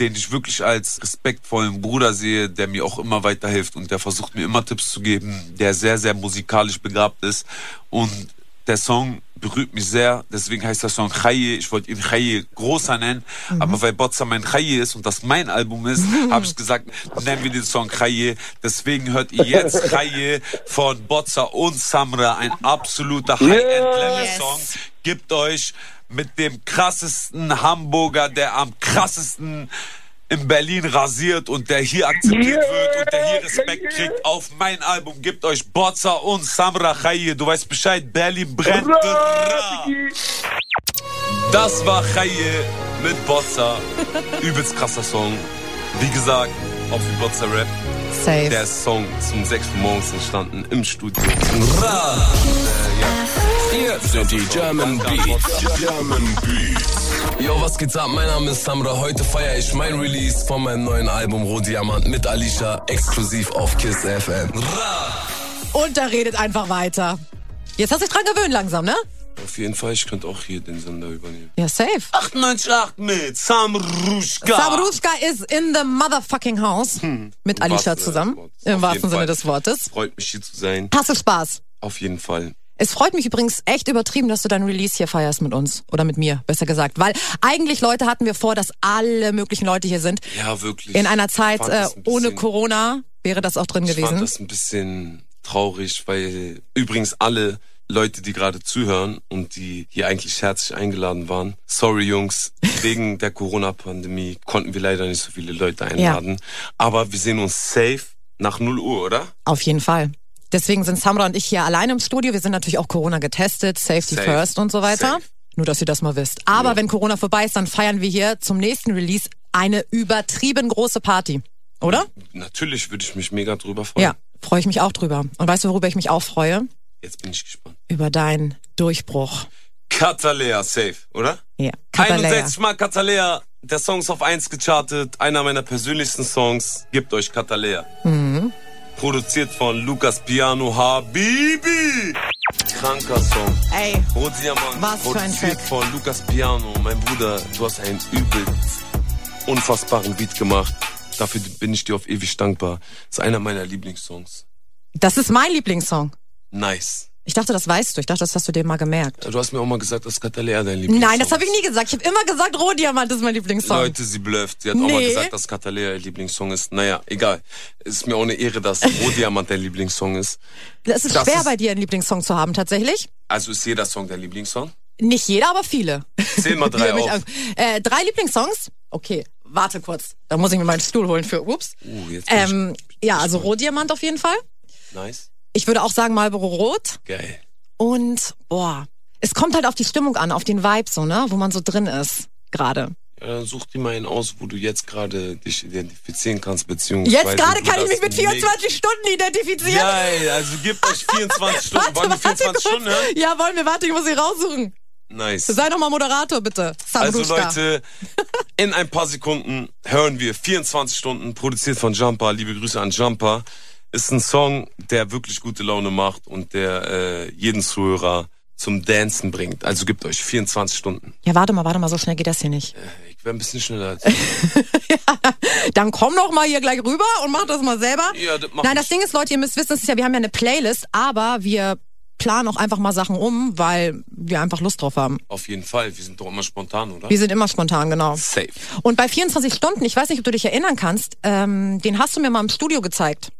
den ich wirklich als respektvollen Bruder sehe, der mir auch immer weiterhilft und der versucht mir immer Tipps zu geben, der sehr, sehr musikalisch begabt ist. Und der Song berührt mich sehr, deswegen heißt der Song Chaye. Ich wollte ihn Chaye großer nennen, aber weil Botzer mein Chaye ist und das mein Album ist, habe ich gesagt, nennen wir den Song Chaye. Deswegen hört ihr jetzt Chaye von Botzer und Samra, ein absoluter High-End-Level-Song. Yes. Gibt euch mit dem krassesten Hamburger, der am krassesten in Berlin rasiert und der hier akzeptiert Yeah, wird und der hier Respekt Chaye. kriegt auf mein Album gibt euch Bozza und Samra Khaye. Du weißt Bescheid, Berlin brennt. Ra. Digi. Das war Chaye mit Bozza. Übelst krasser Song. Wie gesagt, auf die Bozza Rap. Safe. Der Song zum 6 Uhr morgens entstanden im Studio. Ra! Hier sind die German Beats. German Beats. Yo, was geht's ab? Mein Name ist Samra. Heute feiere ich mein Release von meinem neuen Album Rohdiamant mit Alicia, exklusiv auf KISS FM. Und da redet einfach weiter. Jetzt hast du dich dran gewöhnt langsam, ne? Auf jeden Fall, ich könnte auch hier den Sender übernehmen. Ja, safe. 98 mit Samrushka. Sabruschka ist in the motherfucking house. Mit Hm. Im Alicia wahrsten Sinne des zusammen. Wortes. Im Auf wahrsten jeden Sinne Fall. des Wortes. Freut mich hier zu sein. Hast du Spaß? Auf jeden Fall. Es freut mich übrigens echt übertrieben, dass du dein Release hier feierst mit uns. Oder mit mir, besser gesagt. Weil eigentlich, Leute, hatten wir vor, dass alle möglichen Leute hier sind. Ja, wirklich. In einer Zeit Ich fand äh, das ein ohne bisschen- Corona wäre das auch drin Ich fand gewesen. das ein bisschen traurig, weil übrigens alle Leute, die gerade zuhören und die hier eigentlich herzlich eingeladen waren, sorry Jungs, wegen der Corona-Pandemie konnten wir leider nicht so viele Leute einladen. Aber wir sehen uns safe nach 0 Uhr, oder? Auf jeden Fall. Deswegen sind Samra und ich hier allein im Studio. Wir sind natürlich auch Corona getestet, Safety Safe. First und so weiter. Safe. Nur, dass ihr das mal wisst. Aber wenn Corona vorbei ist, dann feiern wir hier zum nächsten Release eine übertrieben große Party. Oder? Natürlich würde ich mich mega drüber freuen. Ja, freue ich mich auch drüber. Und weißt du, worüber ich mich auch freue? Jetzt bin ich gespannt. Über deinen Durchbruch. Katalea, safe, oder? Ja, Katalea. 61 Mal Katalea. Der Song ist auf 1 gechartet. Einer meiner persönlichsten Songs. Gebt euch Katalea. Mhm. Produziert von Lukas Piano Habibi. Kranker Song. Ey, Rotsiamann. Was für ein Produziert Track. von Lukas Piano. Mein Bruder, du hast einen übel unfassbaren Beat gemacht. Dafür bin ich dir auf ewig dankbar. Ist einer meiner Lieblingssongs. das ist mein Lieblingssong. Nice. Ich dachte, das weißt du. Ich dachte, das hast du dir mal gemerkt. Du hast mir auch mal gesagt, dass Katalea dein Lieblingssong Nein, das habe ich ist. nie gesagt. Ich habe immer gesagt, Rohdiamant ist mein Lieblingssong. Leute, sie blöft. Sie hat auch mal Nee. gesagt, dass Katalea ihr Lieblingssong ist. Naja, egal. Ist mir auch eine Ehre, dass Rohdiamant dein Lieblingssong ist. das ist das schwer ist- bei dir, einen Lieblingssong zu haben, tatsächlich. Also ist jeder Song dein Lieblingssong? Nicht jeder, aber viele. Zähl mal drei Wieder mich auf. an- Äh, drei Lieblingssongs? Okay, warte kurz. Da muss ich mir meinen Stuhl holen für Ups. Uh, jetzt bin Ähm, ja, also Rohdiamant auf jeden Fall. ich nice. Ich würde auch sagen Marlboro Rot. Geil. Und, boah, es kommt halt auf die Stimmung an, auf den Vibe so, ne? Wo man so drin ist gerade. Ja, dann such dir mal einen aus, wo du jetzt gerade dich identifizieren kannst, beziehungsweise... Jetzt gerade du kann ich das mich mit mega- 24 Stunden identifizieren. Geil, also gib euch 24 Stunden. Wollen wir 24 Stunden, ja? Ja, wollen wir, warte, ich muss sie raussuchen. Nice. Sei doch mal Moderator, bitte. Also Samruschka. Leute, in ein paar Sekunden hören wir 24 Stunden, produziert von Jumper. Liebe Grüße an Jumper. Ist ein Song, der wirklich gute Laune macht und der äh, jeden Zuhörer zum Dancen bringt. Also gebt euch 24 Stunden. Äh, Ja, warte mal, warte mal, so schnell geht das hier nicht. Ich wäre ein bisschen schneller als Dann komm doch mal hier gleich rüber und mach das mal selber. Ja, das mach Nein, ich. das Ding ist, Leute, ihr müsst wissen, es ist ja, wir haben ja eine Playlist, aber wir planen auch einfach mal Sachen um, weil wir einfach Lust drauf haben. Auf jeden Fall. Wir sind doch immer spontan, oder? Wir sind immer spontan, genau. Safe. Und bei 24 Stunden, ich weiß nicht, ob du dich erinnern kannst, ähm, den hast du mir mal im Studio gezeigt.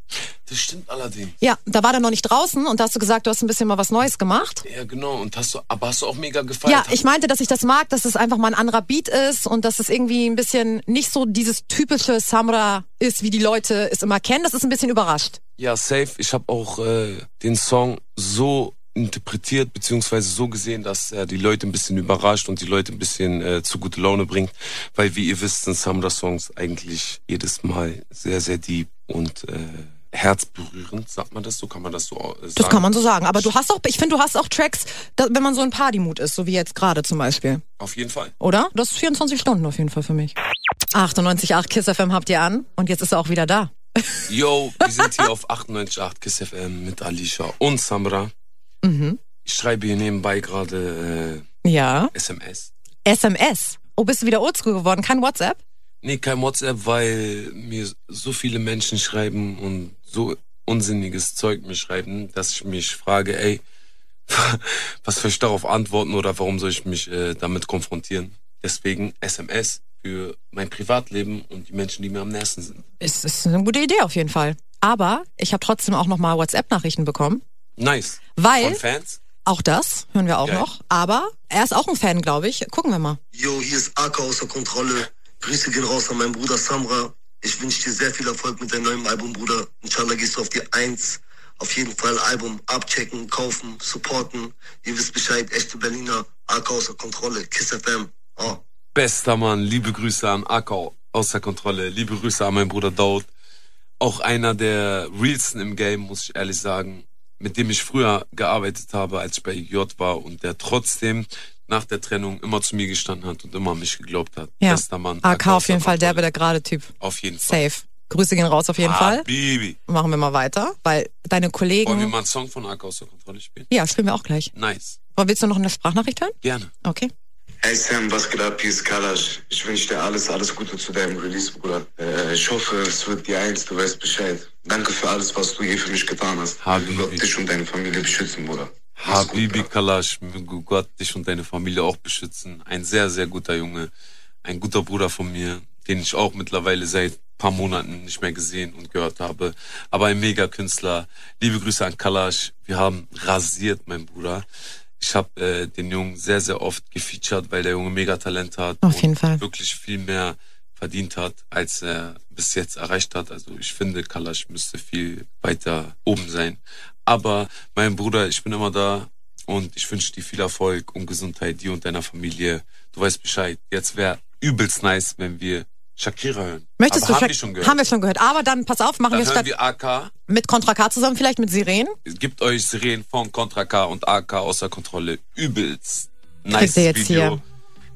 Das stimmt allerdings. Ja, da war der noch nicht draußen und da hast du gesagt, du hast ein bisschen mal was Neues gemacht. Ja, genau. Und hast du, aber hast du auch mega gefallen? Ja, ich meinte, dass ich das mag, dass es einfach mal ein anderer Beat ist und dass es irgendwie ein bisschen nicht so dieses typische Samra ist, wie die Leute es immer kennen. Das ist ein bisschen überrascht. Ja, safe. Ich habe auch äh, den Song so interpretiert beziehungsweise so gesehen, dass er die Leute ein bisschen überrascht und die Leute ein bisschen äh, zu gute Laune bringt, weil wie ihr wisst, sind Samra-Songs eigentlich jedes Mal sehr, sehr deep und äh, herzberührend. Sagt man das so? Kann man das so äh, sagen? Das kann man so sagen. Aber du hast auch, ich finde, du hast auch Tracks, da, wenn man so in Partymut ist, so wie jetzt gerade zum Beispiel. Auf jeden Fall. Oder? Das ist 24 Stunden auf jeden Fall für mich. 98,8 Kiss FM habt ihr an und jetzt ist er auch wieder da. Yo, wir sind hier auf 98.8 Kiss FM mit Alicia und Samra. Mhm. Ich schreibe hier nebenbei gerade Ja. äh, SMS. SMS. Oh, bist du wieder oldschool geworden? Kein WhatsApp? Nee, kein WhatsApp, weil mir so viele Menschen schreiben und so unsinniges Zeug mir schreiben, dass ich mich frage, ey, was soll ich darauf antworten oder warum soll ich mich äh, damit konfrontieren? Deswegen SMS für mein Privatleben und die Menschen, die mir am nächsten sind. Ist, ist eine gute Idee auf jeden Fall. Aber ich habe trotzdem auch nochmal WhatsApp-Nachrichten bekommen. Nice. Weil, Von Fans? auch das hören wir auch Geil. noch. Aber er ist auch ein Fan, glaube ich. Gucken wir mal. Yo, hier ist Aka außer Kontrolle. Grüße gehen raus an meinen Bruder Samra. Ich wünsche dir sehr viel Erfolg mit deinem neuen Album, Bruder. Inshallah gehst du auf die Eins. Auf jeden Fall Album abchecken, kaufen, supporten. Ihr wisst Bescheid, echte Berliner. Acker außer Kontrolle, Kiss FM. Oh. Bester Mann, liebe Grüße an Akau, außer Kontrolle. Liebe Grüße an meinen Bruder Daud. Auch einer der realsten im Game, muss ich ehrlich sagen, mit dem ich früher gearbeitet habe, als ich bei J war und der trotzdem nach der Trennung immer zu mir gestanden hat und immer an mich geglaubt hat. Ja. Bester Mann. Ah. AK Akau auf jeden außer Fall, der Kontrolle. der gerade Typ. Auf jeden Fall. Safe. Grüße gehen raus auf jeden Fall. Mhm. Baby. Machen wir mal weiter, weil Wollen deine wir Kollegen. mal einen Song von Akau außer Kontrolle spielen? Ja, spielen wir auch gleich. Nice. Aber willst du noch eine Sprachnachricht hören? Gerne. Okay. Hey Sam, was geht ab? Hier ist Kalash. Ich wünsche dir alles, alles Gute zu deinem Release, Bruder. Äh, ich hoffe, es wird dir eins, du weißt Bescheid. Danke für alles, was du hier für mich getan hast. Habibi. Gott dich und deine Familie beschützen, Bruder. Mach's gut, Habibi Bruder. Kalash, möge Gott dich und deine Familie auch beschützen. Ein sehr, sehr guter Junge. Ein guter Bruder von mir, den ich auch mittlerweile seit paar Monaten nicht mehr gesehen und gehört habe. Aber ein Mega-Künstler. Liebe Grüße an Kalash. Wir haben rasiert, mein Bruder. Ich habe äh, den Jungen sehr, sehr oft gefeatured, weil der Junge mega Talent hat. Auf und jeden Fall. wirklich viel mehr verdient hat, als er bis jetzt erreicht hat. Also ich finde, Kalash müsste viel weiter oben sein. Aber mein Bruder, ich bin immer da und ich wünsche dir viel Erfolg und Gesundheit, dir und deiner Familie. Du weißt Bescheid. Jetzt wäre übelst nice, wenn wir Shakira hören. Möchtest Aber du haben Shak- wir schon gehört. Haben wir schon gehört. Aber dann pass auf, machen Dann wir hören statt wir AK. mit Contra K zusammen, vielleicht mit Sirenen. Gibt euch Sirenen von Contra K und AK außer Kontrolle. Übelst nice Kriegt ihr jetzt Video. hier.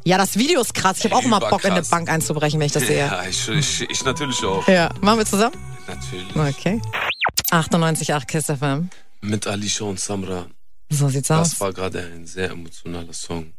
Ja, das Video ist krass. Ich habe auch immer Bock, in eine Überkrass. Bank einzubrechen, wenn ich das sehe. Ja, ich, ich, ich natürlich auch. Ja, machen wir zusammen? Natürlich. Okay. 98,8 Kiss FM. Mit Alicia und Samra. So sieht's Das aus. war gerade ein sehr emotionaler Song.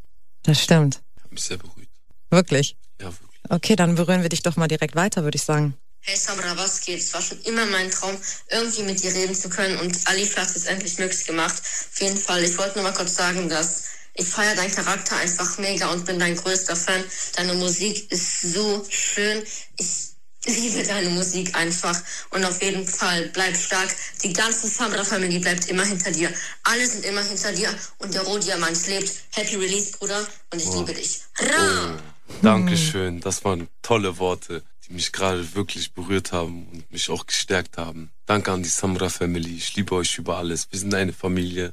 Das stimmt. Hat mich sehr beruhigt. Wirklich. Ja, wirklich. Okay, dann berühren wir dich doch mal direkt weiter, würde ich sagen. Hey Samra, was geht? Es war schon immer mein Traum, irgendwie mit dir reden zu können und Alifa hat es jetzt endlich möglich gemacht. Auf jeden Fall, ich wollte nur mal kurz sagen, dass ich feiere deinen Charakter einfach mega und bin dein größter Fan. Deine Musik ist so schön. Ich liebe deine Musik einfach und auf jeden Fall bleib stark. Die ganze Samra Family bleibt immer hinter dir. Alle sind immer hinter dir und der Rohdiamant lebt. Happy Release, Bruder, und ich liebe dich. Oh. Ra! Dankeschön. Das waren tolle Worte, die mich gerade wirklich berührt haben und mich auch gestärkt haben. Danke an die Samra Family. Ich liebe euch über alles. Wir sind eine Familie.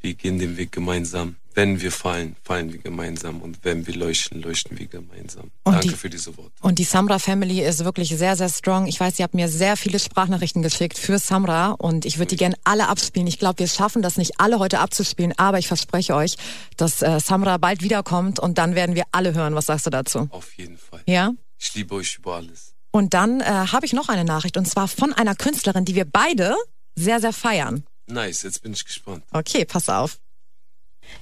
Wir gehen den Weg gemeinsam. Wenn wir fallen, fallen wir gemeinsam. Und wenn wir leuchten, leuchten wir gemeinsam. Und Danke die- für diese Worte. Und die Samra Family ist wirklich sehr, sehr strong. Ich weiß, ihr habt mir sehr viele Sprachnachrichten geschickt für Samra und ich würde die gerne alle abspielen. Ich glaube, wir schaffen das nicht alle heute abzuspielen, aber ich verspreche euch, dass äh, Samra bald wiederkommt und dann werden wir alle hören. Was sagst du dazu? Auf jeden Fall. Ja? Ich liebe euch über alles. Und dann äh, habe ich noch eine Nachricht und zwar von einer Künstlerin, die wir beide sehr, sehr feiern. Nice, jetzt bin ich gespannt. Okay, pass auf.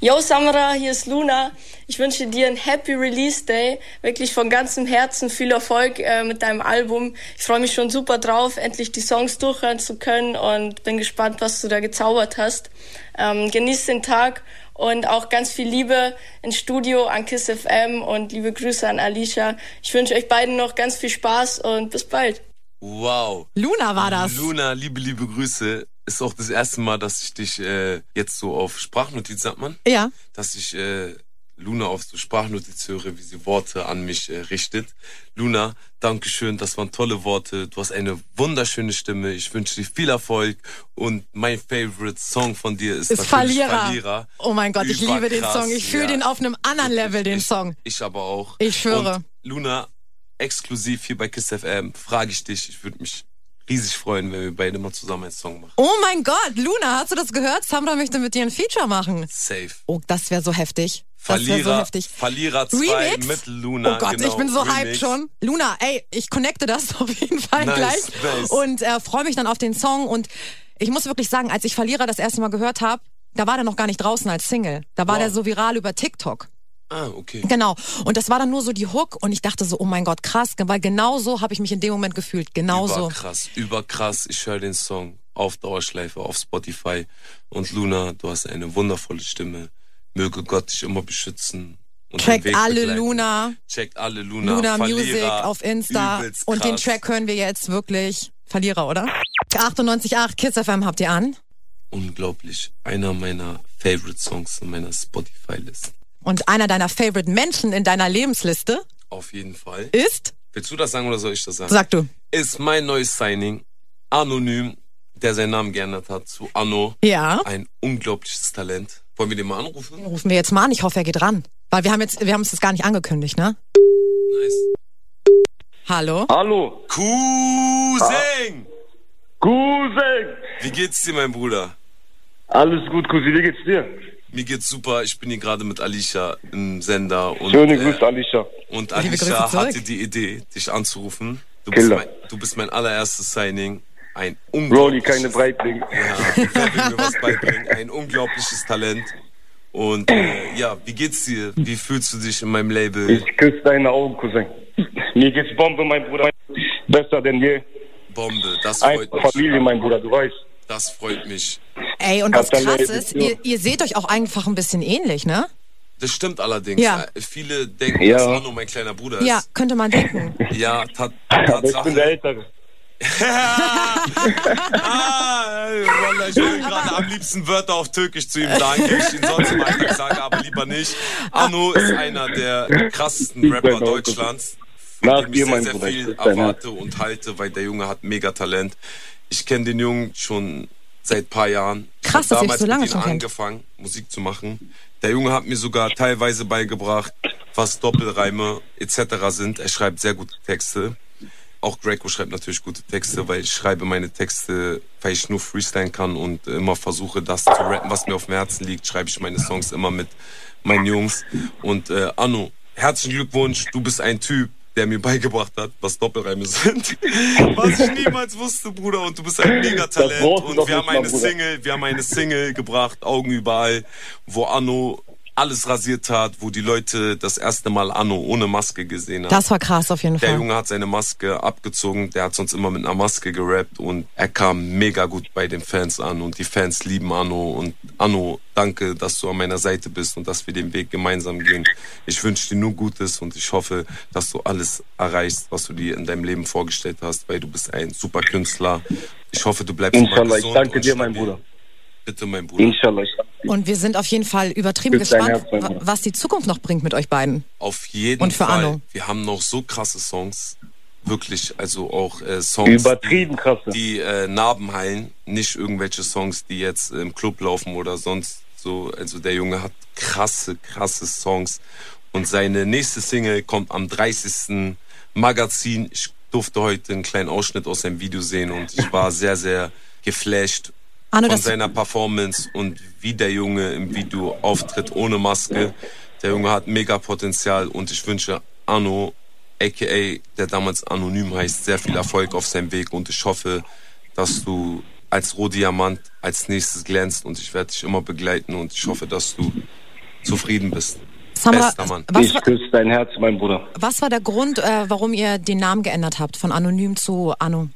Yo Samra, hier ist Luna. Ich wünsche dir einen Happy Release Day. Wirklich von ganzem Herzen viel Erfolg äh, mit deinem Album. Ich freue mich schon super drauf, endlich die Songs durchhören zu können und bin gespannt, was du da gezaubert hast. Ähm, genieß den Tag und auch ganz viel Liebe ins Studio an Kiss FM und liebe Grüße an Alicia. Ich wünsche euch beiden noch ganz viel Spaß und bis bald. Wow. Luna war das. Luna, liebe, liebe Grüße. Ist auch das erste Mal, dass ich dich äh, jetzt so auf Sprachnotiz, sagt man, Ja, dass ich äh, Luna auf so Sprachnotiz höre, wie sie Worte an mich äh, richtet. Luna, Dankeschön, das waren tolle Worte. Du hast eine wunderschöne Stimme. Ich wünsche dir viel Erfolg. Und mein Favorite Song von dir ist, ist natürlich Verlierer. Verlierer. Oh mein Gott, ich liebe den Überkrass, Song. Ich fühle ja. den auf einem anderen Level, den ich, Song. Ich aber auch. Ich schwöre. Und Luna, exklusiv hier bei Kiss FM, frage ich dich, ich würde mich riesig freuen, wenn wir beide mal zusammen einen Song machen. Oh mein Gott, Luna, hast du das gehört? Samra möchte mit dir ein Feature machen. Safe. Oh, das wäre so heftig. Das wäre Verlierer, so heftig. Verlierer 2 Remix? mit Luna. oh Gott, genau, ich bin so Remix. hyped schon. Luna, ey, ich connecte das auf jeden Fall Nice, gleich nice. und äh, freue mich dann auf den Song. Und ich muss wirklich sagen, als ich Verlierer das erste Mal gehört habe, da war der noch gar nicht draußen als Single. Da war Wow. der so viral über TikTok. Ah, okay. Genau. Und das war dann nur so die Hook und ich dachte so, oh mein Gott, krass, weil genau so habe ich mich in dem Moment gefühlt. Genau so. Überkrass, überkrass. Ich höre den Song auf Dauerschleife auf Spotify. Und Luna, du hast eine wundervolle Stimme. Möge Gott dich immer beschützen. Und Checkt den Weg alle begleiten. Luna. Checkt alle Luna. Luna Verlierer, Music auf Insta. übelst Und den krass. Track hören wir jetzt wirklich. Verlierer, oder? 98.8 Kiss FM habt ihr an. Unglaublich. Einer meiner Favorite Songs in meiner Spotify-List. Und einer deiner Favorite Menschen in deiner Lebensliste Auf jeden Fall. ist, Willst du das sagen oder soll ich das sagen? sag du. Ist mein neues Signing. Anonym, der seinen Namen geändert hat zu Anno. Ja. Ein unglaubliches Talent. Wollen wir den mal anrufen? Rufen wir jetzt mal an. Ich hoffe, er geht ran. Weil wir haben jetzt, wir haben uns das gar nicht angekündigt, ne? Nice. Hallo? Hallo. Cousin! Cousin. Wie geht's dir, mein Bruder? Alles gut, Cousin. Wie geht's dir? Mir geht's super. Ich bin hier gerade mit Alicia im Sender. Und, Schöne äh, Grüße, Alicia. Und Liebe Grüße Alicia zurück. hatte die Idee, dich anzurufen. Du Killer. Bist mein, du bist mein allererstes Signing. Ein Rolli, unglaubliches keine Breitling. Wer Äh, will mir was beibringen. Ein unglaubliches Talent. Und äh, ja, wie geht's dir? Wie fühlst du dich in meinem Label? Ich küsse deine Augen, Cousin. Mir geht's Bombe, mein Bruder. Besser denn je. Bombe, das freut Einfach mich. Familie, mein Bruder, du weißt. Das freut mich. Ey, und was Hab dann krass leider ist, die Tür. ihr, ihr seht euch auch einfach ein bisschen ähnlich, ne? Das stimmt allerdings. Ja. Äh, Viele denken, Ja. dass Manu mein kleiner Bruder Ja, ist. könnte man denken. Ja, tat, Aber ich bin der Tatsache. Ältere. ah, ey, Wallah, ich will gerade am liebsten Wörter auf Türkisch zu ihm sagen, die ich ihm sonst im Alltag sage, aber lieber nicht. Anu ist einer der krassten Rapper Deutschlands, Nach von dem ich dir, sehr, mein sehr Bruder, ich viel küsse dein erwarte und halte, weil der Junge hat mega Talent. Ich kenne den Jungen schon seit paar Jahren. Ich hab Krass, dass ihr euch damals so lange mit ihm schon kennt. angefangen, Musik zu machen. Der Junge hat mir sogar teilweise beigebracht, was Doppelreime etc. sind. Er schreibt sehr gute Texte. Auch Greco schreibt natürlich gute Texte, weil ich schreibe meine Texte, weil ich nur freestylen kann und immer versuche, das zu rappen, was mir auf dem Herzen liegt, schreibe ich meine Songs immer mit meinen Jungs. Und äh, Anno, herzlichen Glückwunsch, du bist ein Typ, der mir beigebracht hat, was Doppelreime sind, was ich niemals wusste, Bruder. Und du bist ein Das Megatalent. brauchst du Und doch wir haben nicht mal, eine Bruder. Single, wir haben eine Single gebracht, Augen überall, wo Anno alles rasiert hat, wo die Leute das erste Mal Anno ohne Maske gesehen haben. Das war krass auf jeden Der Fall. Junge hat seine Maske abgezogen, der hat sonst immer mit einer Maske gerappt und er kam mega gut bei den Fans an und die Fans lieben Anno und Anno, danke, dass du an meiner Seite bist und dass wir den Weg gemeinsam gehen. Ich wünsche dir nur Gutes und ich hoffe, dass du alles erreichst, was du dir in deinem Leben vorgestellt hast, weil du bist ein super Künstler. Ich hoffe, du bleibst immer Inshallah, ich gesund danke und dir, mein stabil. Bruder. Bitte, mein Bruder. Inshallah, ich danke dir. Und wir sind auf jeden Fall übertrieben Küss dein gespannt, Herz, mein wa- Bruder. was die Zukunft noch bringt mit euch beiden. Auf jeden Und für Fall. Anno. Wir haben noch so krasse Songs. Wirklich, also auch äh, Songs. Übertrieben krasse. die äh, Narben heilen, nicht irgendwelche Songs, die jetzt im Club laufen oder sonst so. Also der Junge hat krasse, krasse Songs. Und seine nächste Single kommt am 30. Magazin. Ich durfte heute einen kleinen Ausschnitt aus seinem Video sehen und ich war sehr, sehr geflasht Arno, von das, seiner Performance und wie der Junge im Video auftritt ohne Maske. Der Junge hat mega Potenzial und ich wünsche Anno, aka der damals anonym heißt, sehr viel Erfolg auf seinem Weg und ich hoffe, dass du als Rohdiamant als nächstes glänzt und ich werde dich immer begleiten und ich hoffe, dass du zufrieden bist. Samra, bester Mann. was, ich war- küsse dein Herz, mein Bruder. was war der Grund, äh, warum ihr den Namen geändert habt? Von Anonym zu Anno?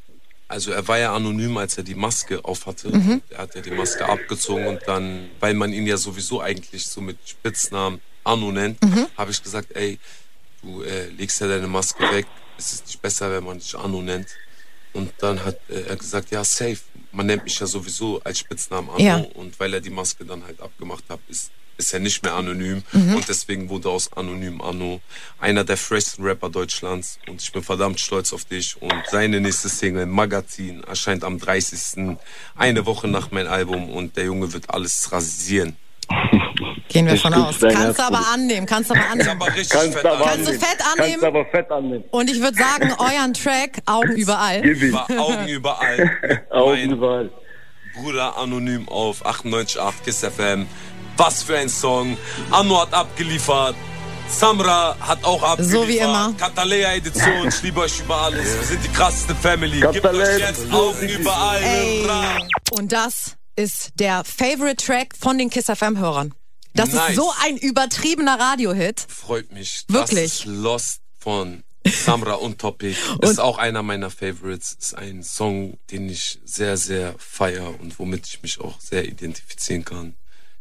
Also er war ja anonym, als er die Maske aufhatte. Er hat ja die Maske abgezogen und dann, weil man ihn ja sowieso eigentlich so mit Spitznamen Anno nennt, habe ich gesagt, ey, du äh, legst ja deine Maske weg. Es ist nicht besser, wenn man dich Anno nennt. Und dann hat äh, er gesagt, ja, safe. Man nennt mich ja sowieso als Spitznamen Anno. Ja. Und weil er die Maske dann halt abgemacht hat, ist, ist er nicht mehr anonym. Und deswegen wurde aus Anonym Anno einer der freshsten Rapper Deutschlands. Und ich bin verdammt stolz auf dich. Und seine nächste Single, Magazin, erscheint am 30. Eine Woche nach meinem Album. Und der Junge wird alles rasieren. Gehen wir Ich von küsse aus. dein Kannst Herz, du aber Bruder. annehmen, kannst du aber Ist annehmen. aber richtig Kannst fett, aber Alter. Kannst du annehmen. fett annehmen? Kannst aber fett annehmen. Und ich würde sagen, euren Track, Augen überall. Gib ihm. War Augen überall. Augen Mein überall. Bruder anonym auf 98.8 Kiss FM. Was für ein Song. Anno hat abgeliefert. Samra hat auch abgeliefert. So wie immer. Katalea Edition. Ich liebe euch über alles. Wir sind die krasseste Family. Gebt Katalea euch jetzt Edition. Augen überall. Ey. Hurra. Und das ist der Favorite Track von den Kiss FM Hörern. Das ist Nice. so ein übertriebener Radiohit. Freut mich. Wirklich? Das ist Lost von Samra und Topic. Ist auch einer meiner Favorites. Ist ein Song, den ich sehr, sehr feier und womit ich mich auch sehr identifizieren kann.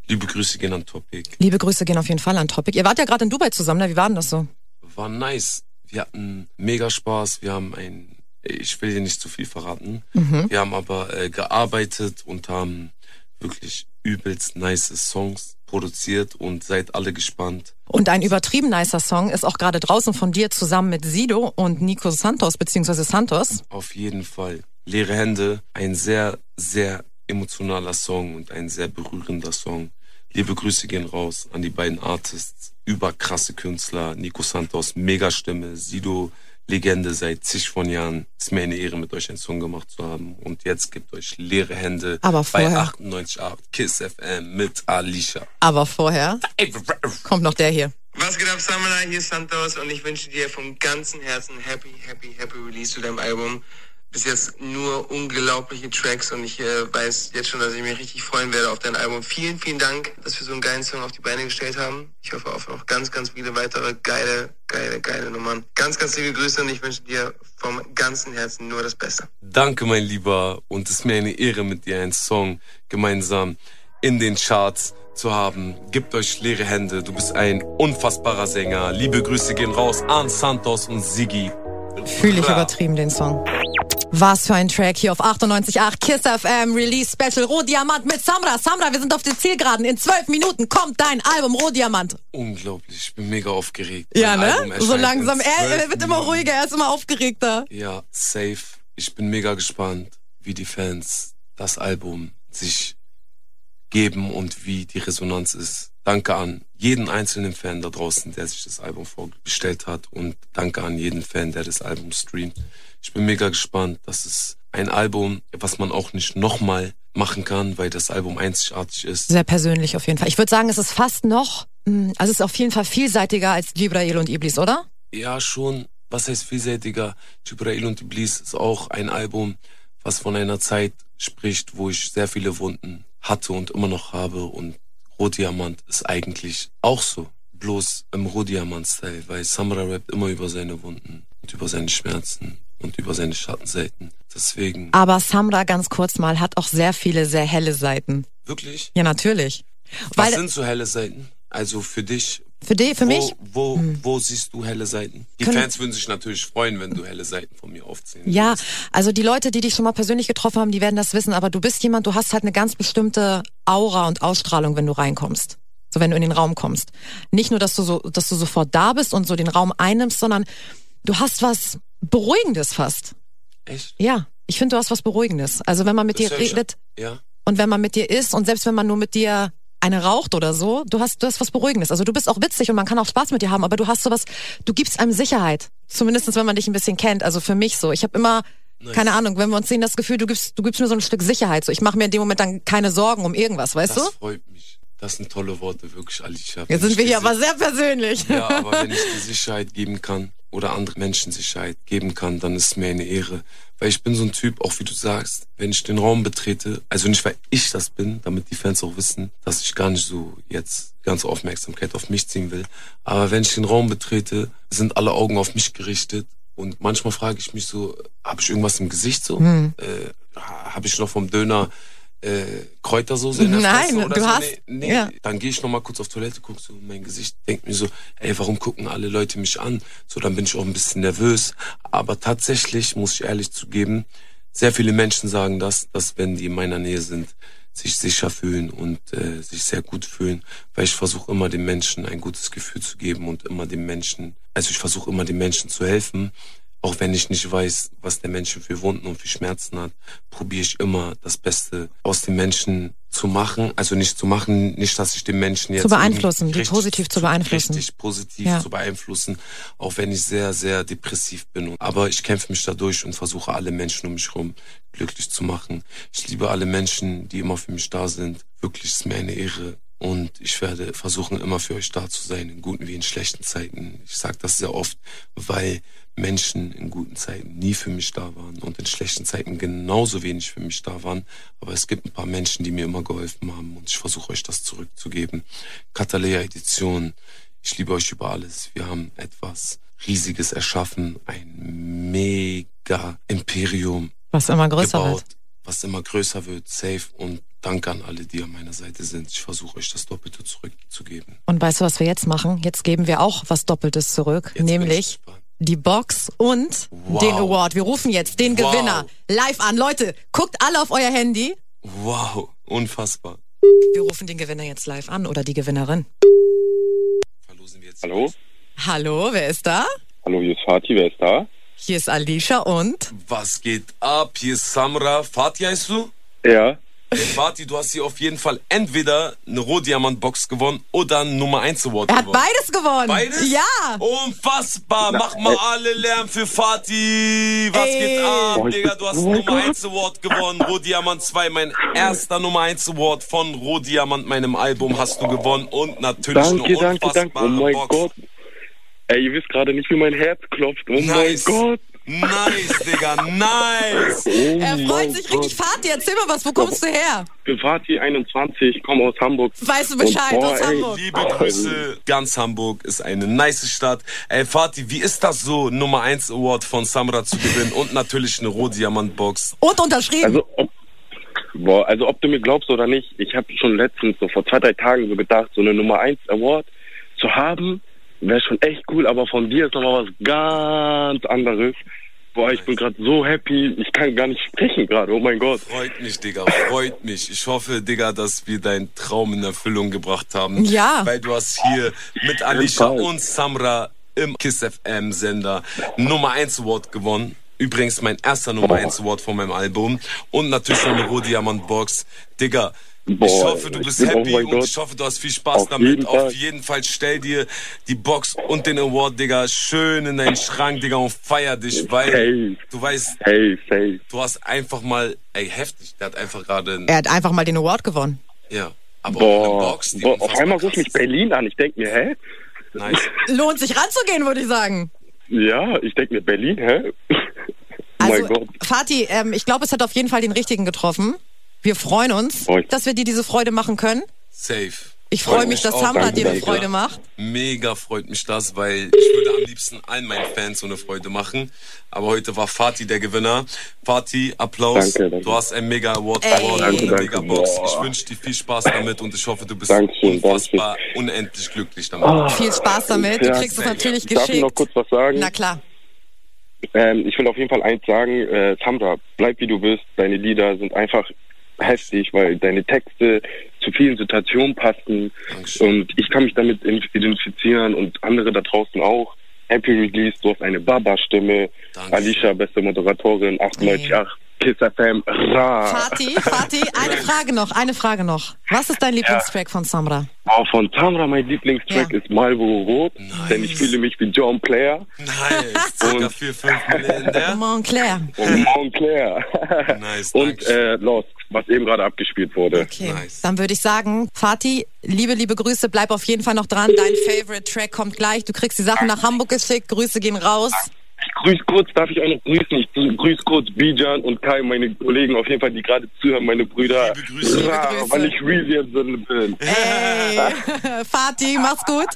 Liebe Grüße gehen an Topic. Liebe Grüße gehen auf jeden Fall an Topic. Ihr wart ja gerade in Dubai zusammen, ne? Wie war denn das so? war nice. Wir hatten mega Spaß. Wir haben ein, ich will dir nicht zu viel verraten. Wir haben aber äh, gearbeitet und haben wirklich übelst nice Songs produziert und seid alle gespannt. Und ein übertrieben nicer Song ist auch gerade draußen von dir zusammen mit Sido und Nico Santos, beziehungsweise Santos. Auf jeden Fall. Leere Hände, ein sehr, sehr emotionaler Song und ein sehr berührender Song. Liebe Grüße gehen raus an die beiden Artists, überkrasse Künstler, Nico Santos, Megastimme, Sido, Legende seit zig von Jahren. Ist mir eine Ehre, mit euch einen Song gemacht zu haben. Und jetzt gebt euch leere Hände Aber bei vorher- 98.8 KISS FM mit Alicia. Aber vorher kommt noch der hier. Was geht ab, Samela? Hier ist Santos und ich wünsche dir vom ganzen Herzen happy, happy, happy Release zu deinem Album. Bis jetzt nur unglaubliche Tracks und ich äh, weiß jetzt schon, dass ich mich richtig freuen werde auf dein Album. Vielen, vielen Dank, dass wir so einen geilen Song auf die Beine gestellt haben. Ich hoffe auf noch ganz, ganz viele weitere geile, geile, geile Nummern. Ganz, ganz liebe Grüße und ich wünsche dir vom ganzen Herzen nur das Beste. Danke, mein Lieber. Und es ist mir eine Ehre, mit dir einen Song gemeinsam in den Charts zu haben. Gebt euch leere Hände. Du bist ein unfassbarer Sänger. Liebe Grüße gehen raus an Santos und Siggi. Fühle ich übertrieben den Song. Was für ein Track hier auf 98.8 KISS FM Release Special Rohdiamant mit Samra. Samra, wir sind auf der Zielgeraden. In zwölf Minuten kommt dein Album Rohdiamant. Unglaublich. Ich bin mega aufgeregt. Ja, Mein Album ne? erscheint So in langsam. Er, er 12 wird immer Minuten. ruhiger, er ist immer aufgeregter. Ja, safe. Ich bin mega gespannt, wie die Fans das Album sich geben und wie die Resonanz ist. Danke an jeden einzelnen Fan da draußen, der sich das Album vorbestellt hat und danke an jeden Fan, der das Album streamt. Ich bin mega gespannt. Das ist ein Album, was man auch nicht nochmal machen kann, weil das Album einzigartig ist. Sehr persönlich auf jeden Fall. Ich würde sagen, es ist fast noch, mh, also es ist auf jeden Fall vielseitiger als Gibrail und Iblis, oder? Ja, schon. Was heißt vielseitiger? Jibrail und Iblis ist auch ein Album, was von einer Zeit spricht, wo ich sehr viele Wunden hatte und immer noch habe. Und Rohdiamant ist eigentlich auch so. Bloß im Rohdiamant-Style, weil Samra rappt immer über seine Wunden und über seine Schmerzen und über seine Schattenseiten. Deswegen, Aber Samra, ganz kurz mal, hat auch sehr viele sehr helle Seiten. wirklich, Ja, natürlich. was Weil- sind so helle Seiten? Also für dich, Für, die, für wo, mich? Hm. wo, wo siehst du helle Seiten? Die Können- Fans würden sich natürlich freuen, wenn du helle Seiten von mir aufzählst. Ja, also die Leute, die dich schon mal persönlich getroffen haben, die werden das wissen, aber du bist jemand, du hast halt eine ganz bestimmte Aura und Ausstrahlung, wenn du reinkommst. So wenn du in den Raum kommst. Nicht nur, dass du so, dass du sofort da bist und so den Raum einnimmst, sondern du hast was Beruhigendes fast. Echt? Ja. Ich finde, du hast was Beruhigendes. Also wenn man mit dir Das ist ja- redet Ja. und wenn man mit dir ist und selbst wenn man nur mit dir eine raucht oder so, du hast, du hast was Beruhigendes. Also du bist auch witzig und man kann auch Spaß mit dir haben, aber du hast sowas, du gibst einem Sicherheit. Zumindestens wenn man dich ein bisschen kennt. Also für mich so. Ich habe immer, keine Ahnung, wenn wir uns sehen, das Gefühl, du gibst, du gibst mir so ein Stück Sicherheit. So, ich mache mir in dem Moment dann keine Sorgen um irgendwas, weißt Das du? freut mich. Das sind tolle Worte, wirklich, Alicia. Jetzt Wenn sind wir ich hier die aber Si- sehr persönlich. Ja, aber wenn ich die Sicherheit geben kann oder anderen Menschen Sicherheit geben kann, dann ist mir eine Ehre. Weil ich bin so ein Typ, auch wie du sagst, wenn ich den Raum betrete, also nicht weil ich das bin, damit die Fans auch wissen, dass ich gar nicht so jetzt ganze Aufmerksamkeit auf mich ziehen will. Aber wenn ich den Raum betrete, sind alle Augen auf mich gerichtet. Und manchmal frage ich mich so, habe ich irgendwas im Gesicht so? Hm. Äh, habe ich noch vom Döner äh, Kräutersoße in der Nein, Fresse oder du so? hast- Nee, nee, ja. dann gehe ich noch mal kurz auf Toilette, guck so in mein Gesicht, denk mir so, ey, warum gucken alle Leute mich an? So, dann bin ich auch ein bisschen nervös. Aber tatsächlich muss ich ehrlich zugeben, sehr viele Menschen sagen das, dass wenn die in meiner Nähe sind, sich sicher fühlen und äh, sich sehr gut fühlen, weil ich versuche immer den Menschen ein gutes Gefühl zu geben und immer den Menschen, also ich versuche immer den Menschen zu helfen, auch wenn ich nicht weiß, was der Mensch für Wunden und für Schmerzen hat, probiere ich immer das Beste aus dem Menschen zu machen. Also nicht zu machen, nicht, dass ich den Menschen jetzt... beeinflussen, die irgendwie positiv zu beeinflussen. Richtig positiv Ja. zu beeinflussen, auch wenn ich sehr, sehr depressiv bin. Aber ich kämpfe mich dadurch und versuche alle Menschen um mich herum glücklich zu machen. Ich liebe alle Menschen, die immer für mich da sind. Wirklich ist mir eine Ehre. Und ich werde versuchen, immer für euch da zu sein, in guten wie in schlechten Zeiten. Ich sage das sehr oft, weil Menschen in guten Zeiten nie für mich da waren und in schlechten Zeiten genauso wenig für mich da waren. Aber es gibt ein paar Menschen, die mir immer geholfen haben und ich versuche euch das zurückzugeben. Catalea Edition, ich liebe euch über alles. Wir haben etwas Riesiges erschaffen, ein mega Imperium Was immer größer gebaut, wird. was immer größer wird, safe. Und danke an alle, die an meiner Seite sind. Ich versuche euch das Doppelte zurückzugeben. Und weißt du, was wir jetzt machen? Jetzt geben wir auch was Doppeltes zurück, Jetzt bin ich nämlich gespannt. die Box und Wow. den Award. Wir rufen jetzt den Wow. Gewinner live an. Leute, guckt alle auf euer Handy. Wow, unfassbar. Wir rufen den Gewinner jetzt live an oder die Gewinnerin. Verlosen wir jetzt. Hallo? Hallo, wer ist da? Hallo, hier ist Fatih, wer ist da? Hier ist Alicia und Was geht ab? Hier ist Samra. Fatih heißt du? Ja, Ey, Fatih, du hast hier auf jeden Fall entweder eine Rohdiamant-Box gewonnen oder einen Nummer 1 Award Er hat gewonnen. beides gewonnen. Beides? Oh Ja. Unfassbar. Mach mal alle Lärm für Fatih. Was Ey. geht ab, Boah, ich Digga? bin- Du hast einen Nummer 1 Award gewonnen. Rohdiamant 2, mein erster Nummer 1 Award von Rohdiamant, meinem Album, hast du gewonnen. Und natürlich Danke, eine danke, danke. Oh unfassbare mein Box. Gott. Ey, ihr wisst gerade nicht, wie mein Herz klopft. Oh Nice. mein Gott. Nice, Digga, nice. Oh Er mein freut sich Gott. richtig. Fatih, erzähl mal was, wo kommst du her? Ich bin Fatih, 21, komme aus Hamburg. Weißt du Bescheid, Und, boah, aus ey, Hamburg. Liebe Grüße, ganz Hamburg ist eine nice Stadt. Ey, Fatih, wie ist das so, Nummer 1 Award von Samra zu gewinnen und natürlich eine Rohdiamant-Box? Und unterschrieben. Also ob, boah, also ob du mir glaubst oder nicht, ich habe schon letztens, so vor zwei, drei Tagen so gedacht, so eine Nummer 1 Award zu haben, wäre schon echt cool, aber von dir ist nochmal was ganz anderes. Boah, ich bin gerade so happy, ich kann gar nicht sprechen gerade, oh mein Gott. Freut mich, Digga, freut mich. Ich hoffe, Digga, dass wir deinen Traum in Erfüllung gebracht haben. Ja. Weil du hast hier mit Alicia und Samra im KISS FM Sender Nummer 1 Award gewonnen. Übrigens mein erster Nummer 1 Award von meinem Album. Und natürlich noch eine Rohdiamant Box. Digga, ich Boah, hoffe, du ich bist bin- oh happy mein und Gott. ich hoffe, du hast viel Spaß Auf damit. jeden Auf Fall. jeden Fall stell dir die Box und den Award, Digga, schön in deinen Schrank, Digga, und feier dich, weil Hey. du weißt, Hey, hey. Du hast einfach mal, ey, heftig, der hat einfach gerade, ein- Er hat einfach mal den Award gewonnen. ja, aber auch eine Boah, Box, die boah auf unfassbar einmal ruft mich Berlin an, ich denke mir, hä? nice. Lohnt sich ranzugehen, würde ich sagen. Oh Ja, ich denke mir, Berlin, hä? oh mein Gott. Also, Fatih, ähm, ich glaube, es hat auf jeden Fall den richtigen getroffen. Wir freuen uns, Freut mich. dass wir dir diese Freude machen können. Safe. Ich freue mich, dass Samra dir eine mega. Freude macht. Mega freut mich das, weil ich würde am liebsten all meinen Fans so eine Freude machen. Aber heute war Fatih der Gewinner. Fatih, Applaus. Danke, danke. Du hast einen mega Award Ey. gewonnen, Danke, eine danke. mega Box. Ich Boah. wünsche dir viel Spaß damit und ich hoffe, du bist Dankeschön, Ah. unfassbar unendlich glücklich damit. Viel Spaß damit. Du Ja. kriegst es natürlich Darf ich noch geschickt. kurz was sagen? Na klar. Ähm, ich will auf jeden Fall eins sagen, äh, Samra, bleib wie du bist. Deine Lieder sind einfach heftig, weil deine Texte zu vielen Situationen passen. Und ich kann mich damit identifizieren und andere da draußen auch. Happy Release, du hast eine Baba-Stimme. Dankeschön. Alicia, beste Moderatorin, 98.8, Kiss FM, ra. Fatih, Fatih, eine Frage noch, eine Frage noch. Was ist dein Lieblingstrack von Samra? Auch von Samra, mein Lieblingstrack Ja. ist Marlboro Rot, denn ich fühle mich wie John Player Nice. Circa 4, 5 Millionen der. Montclair. und Montclair. Nice, und Dankeschön. äh, Lost, was eben gerade abgespielt wurde. Okay, Nice. dann würde ich sagen, Fatih, liebe, liebe Grüße, bleib auf jeden Fall noch dran. Dein Favorite Track kommt gleich. Du kriegst die Sachen nach Hamburg geschickt. Grüße gehen raus. Ich grüß kurz, darf ich auch noch grüßen? Ich grüß kurz Bijan und Kai, meine Kollegen, auf jeden Fall, die gerade zuhören, meine Brüder. Liebe Grüße. Ja, Liebe Grüße. Weil ich Real bin. Ey, Fatih, mach's gut.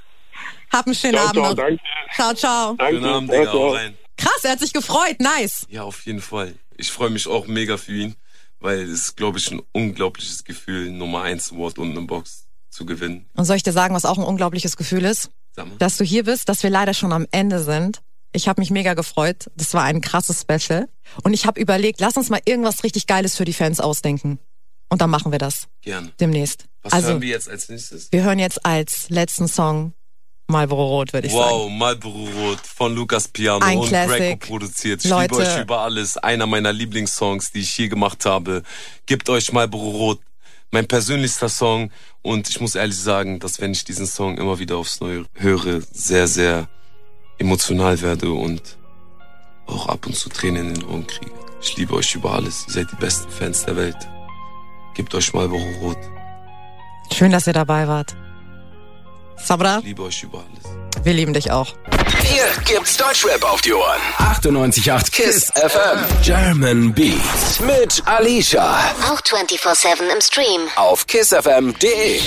Hab einen schönen Ciao, Abend ciao, noch. danke. Ciao, ciao. Danke. Schönen Abend, Digga. Ciao, Hau ciao. rein. Krass, er hat sich gefreut. Nice. Ja, auf jeden Fall. Ich freue mich auch mega für ihn, weil es ist, glaube ich, ein unglaubliches Gefühl, Nummer 1 Award und eine Box zu gewinnen. Und soll ich dir sagen, was auch ein unglaubliches Gefühl ist? Sag mal. dass du hier bist, dass wir leider schon am Ende sind. Ich habe mich mega gefreut. Das war ein krasses Special. Und ich habe überlegt, lass uns mal irgendwas richtig Geiles für die Fans ausdenken. Und dann machen wir das Gerne. demnächst. Was also, hören wir? wir jetzt als nächstes? hören jetzt als letzten Song Marlboro Rot, würde ich Wow, Marlboro Rot von Lukas Piano Ein und Classic. Greco produziert. Ich Leute. liebe euch über alles. Einer meiner Lieblingssongs, die ich je gemacht habe. Gebt euch Marlboro Rot. Mein persönlichster Song. Und ich muss ehrlich sagen, dass wenn ich diesen Song immer wieder aufs Neue höre, sehr, sehr emotional werde und auch ab und zu Tränen in den Augen kriege. Ich liebe euch über alles. Ihr seid die besten Fans der Welt. Gebt euch Marlboro Rot. sagen. Schön, dass ihr dabei wart. Sabra, Ich liebe euch über alles. wir lieben dich auch. Hier gibt's Deutschrap auf die Ohren. 98.8 Kiss FM. German Beats. Mit Alicia. Auch 24-7 im Stream. Auf kissfm.de.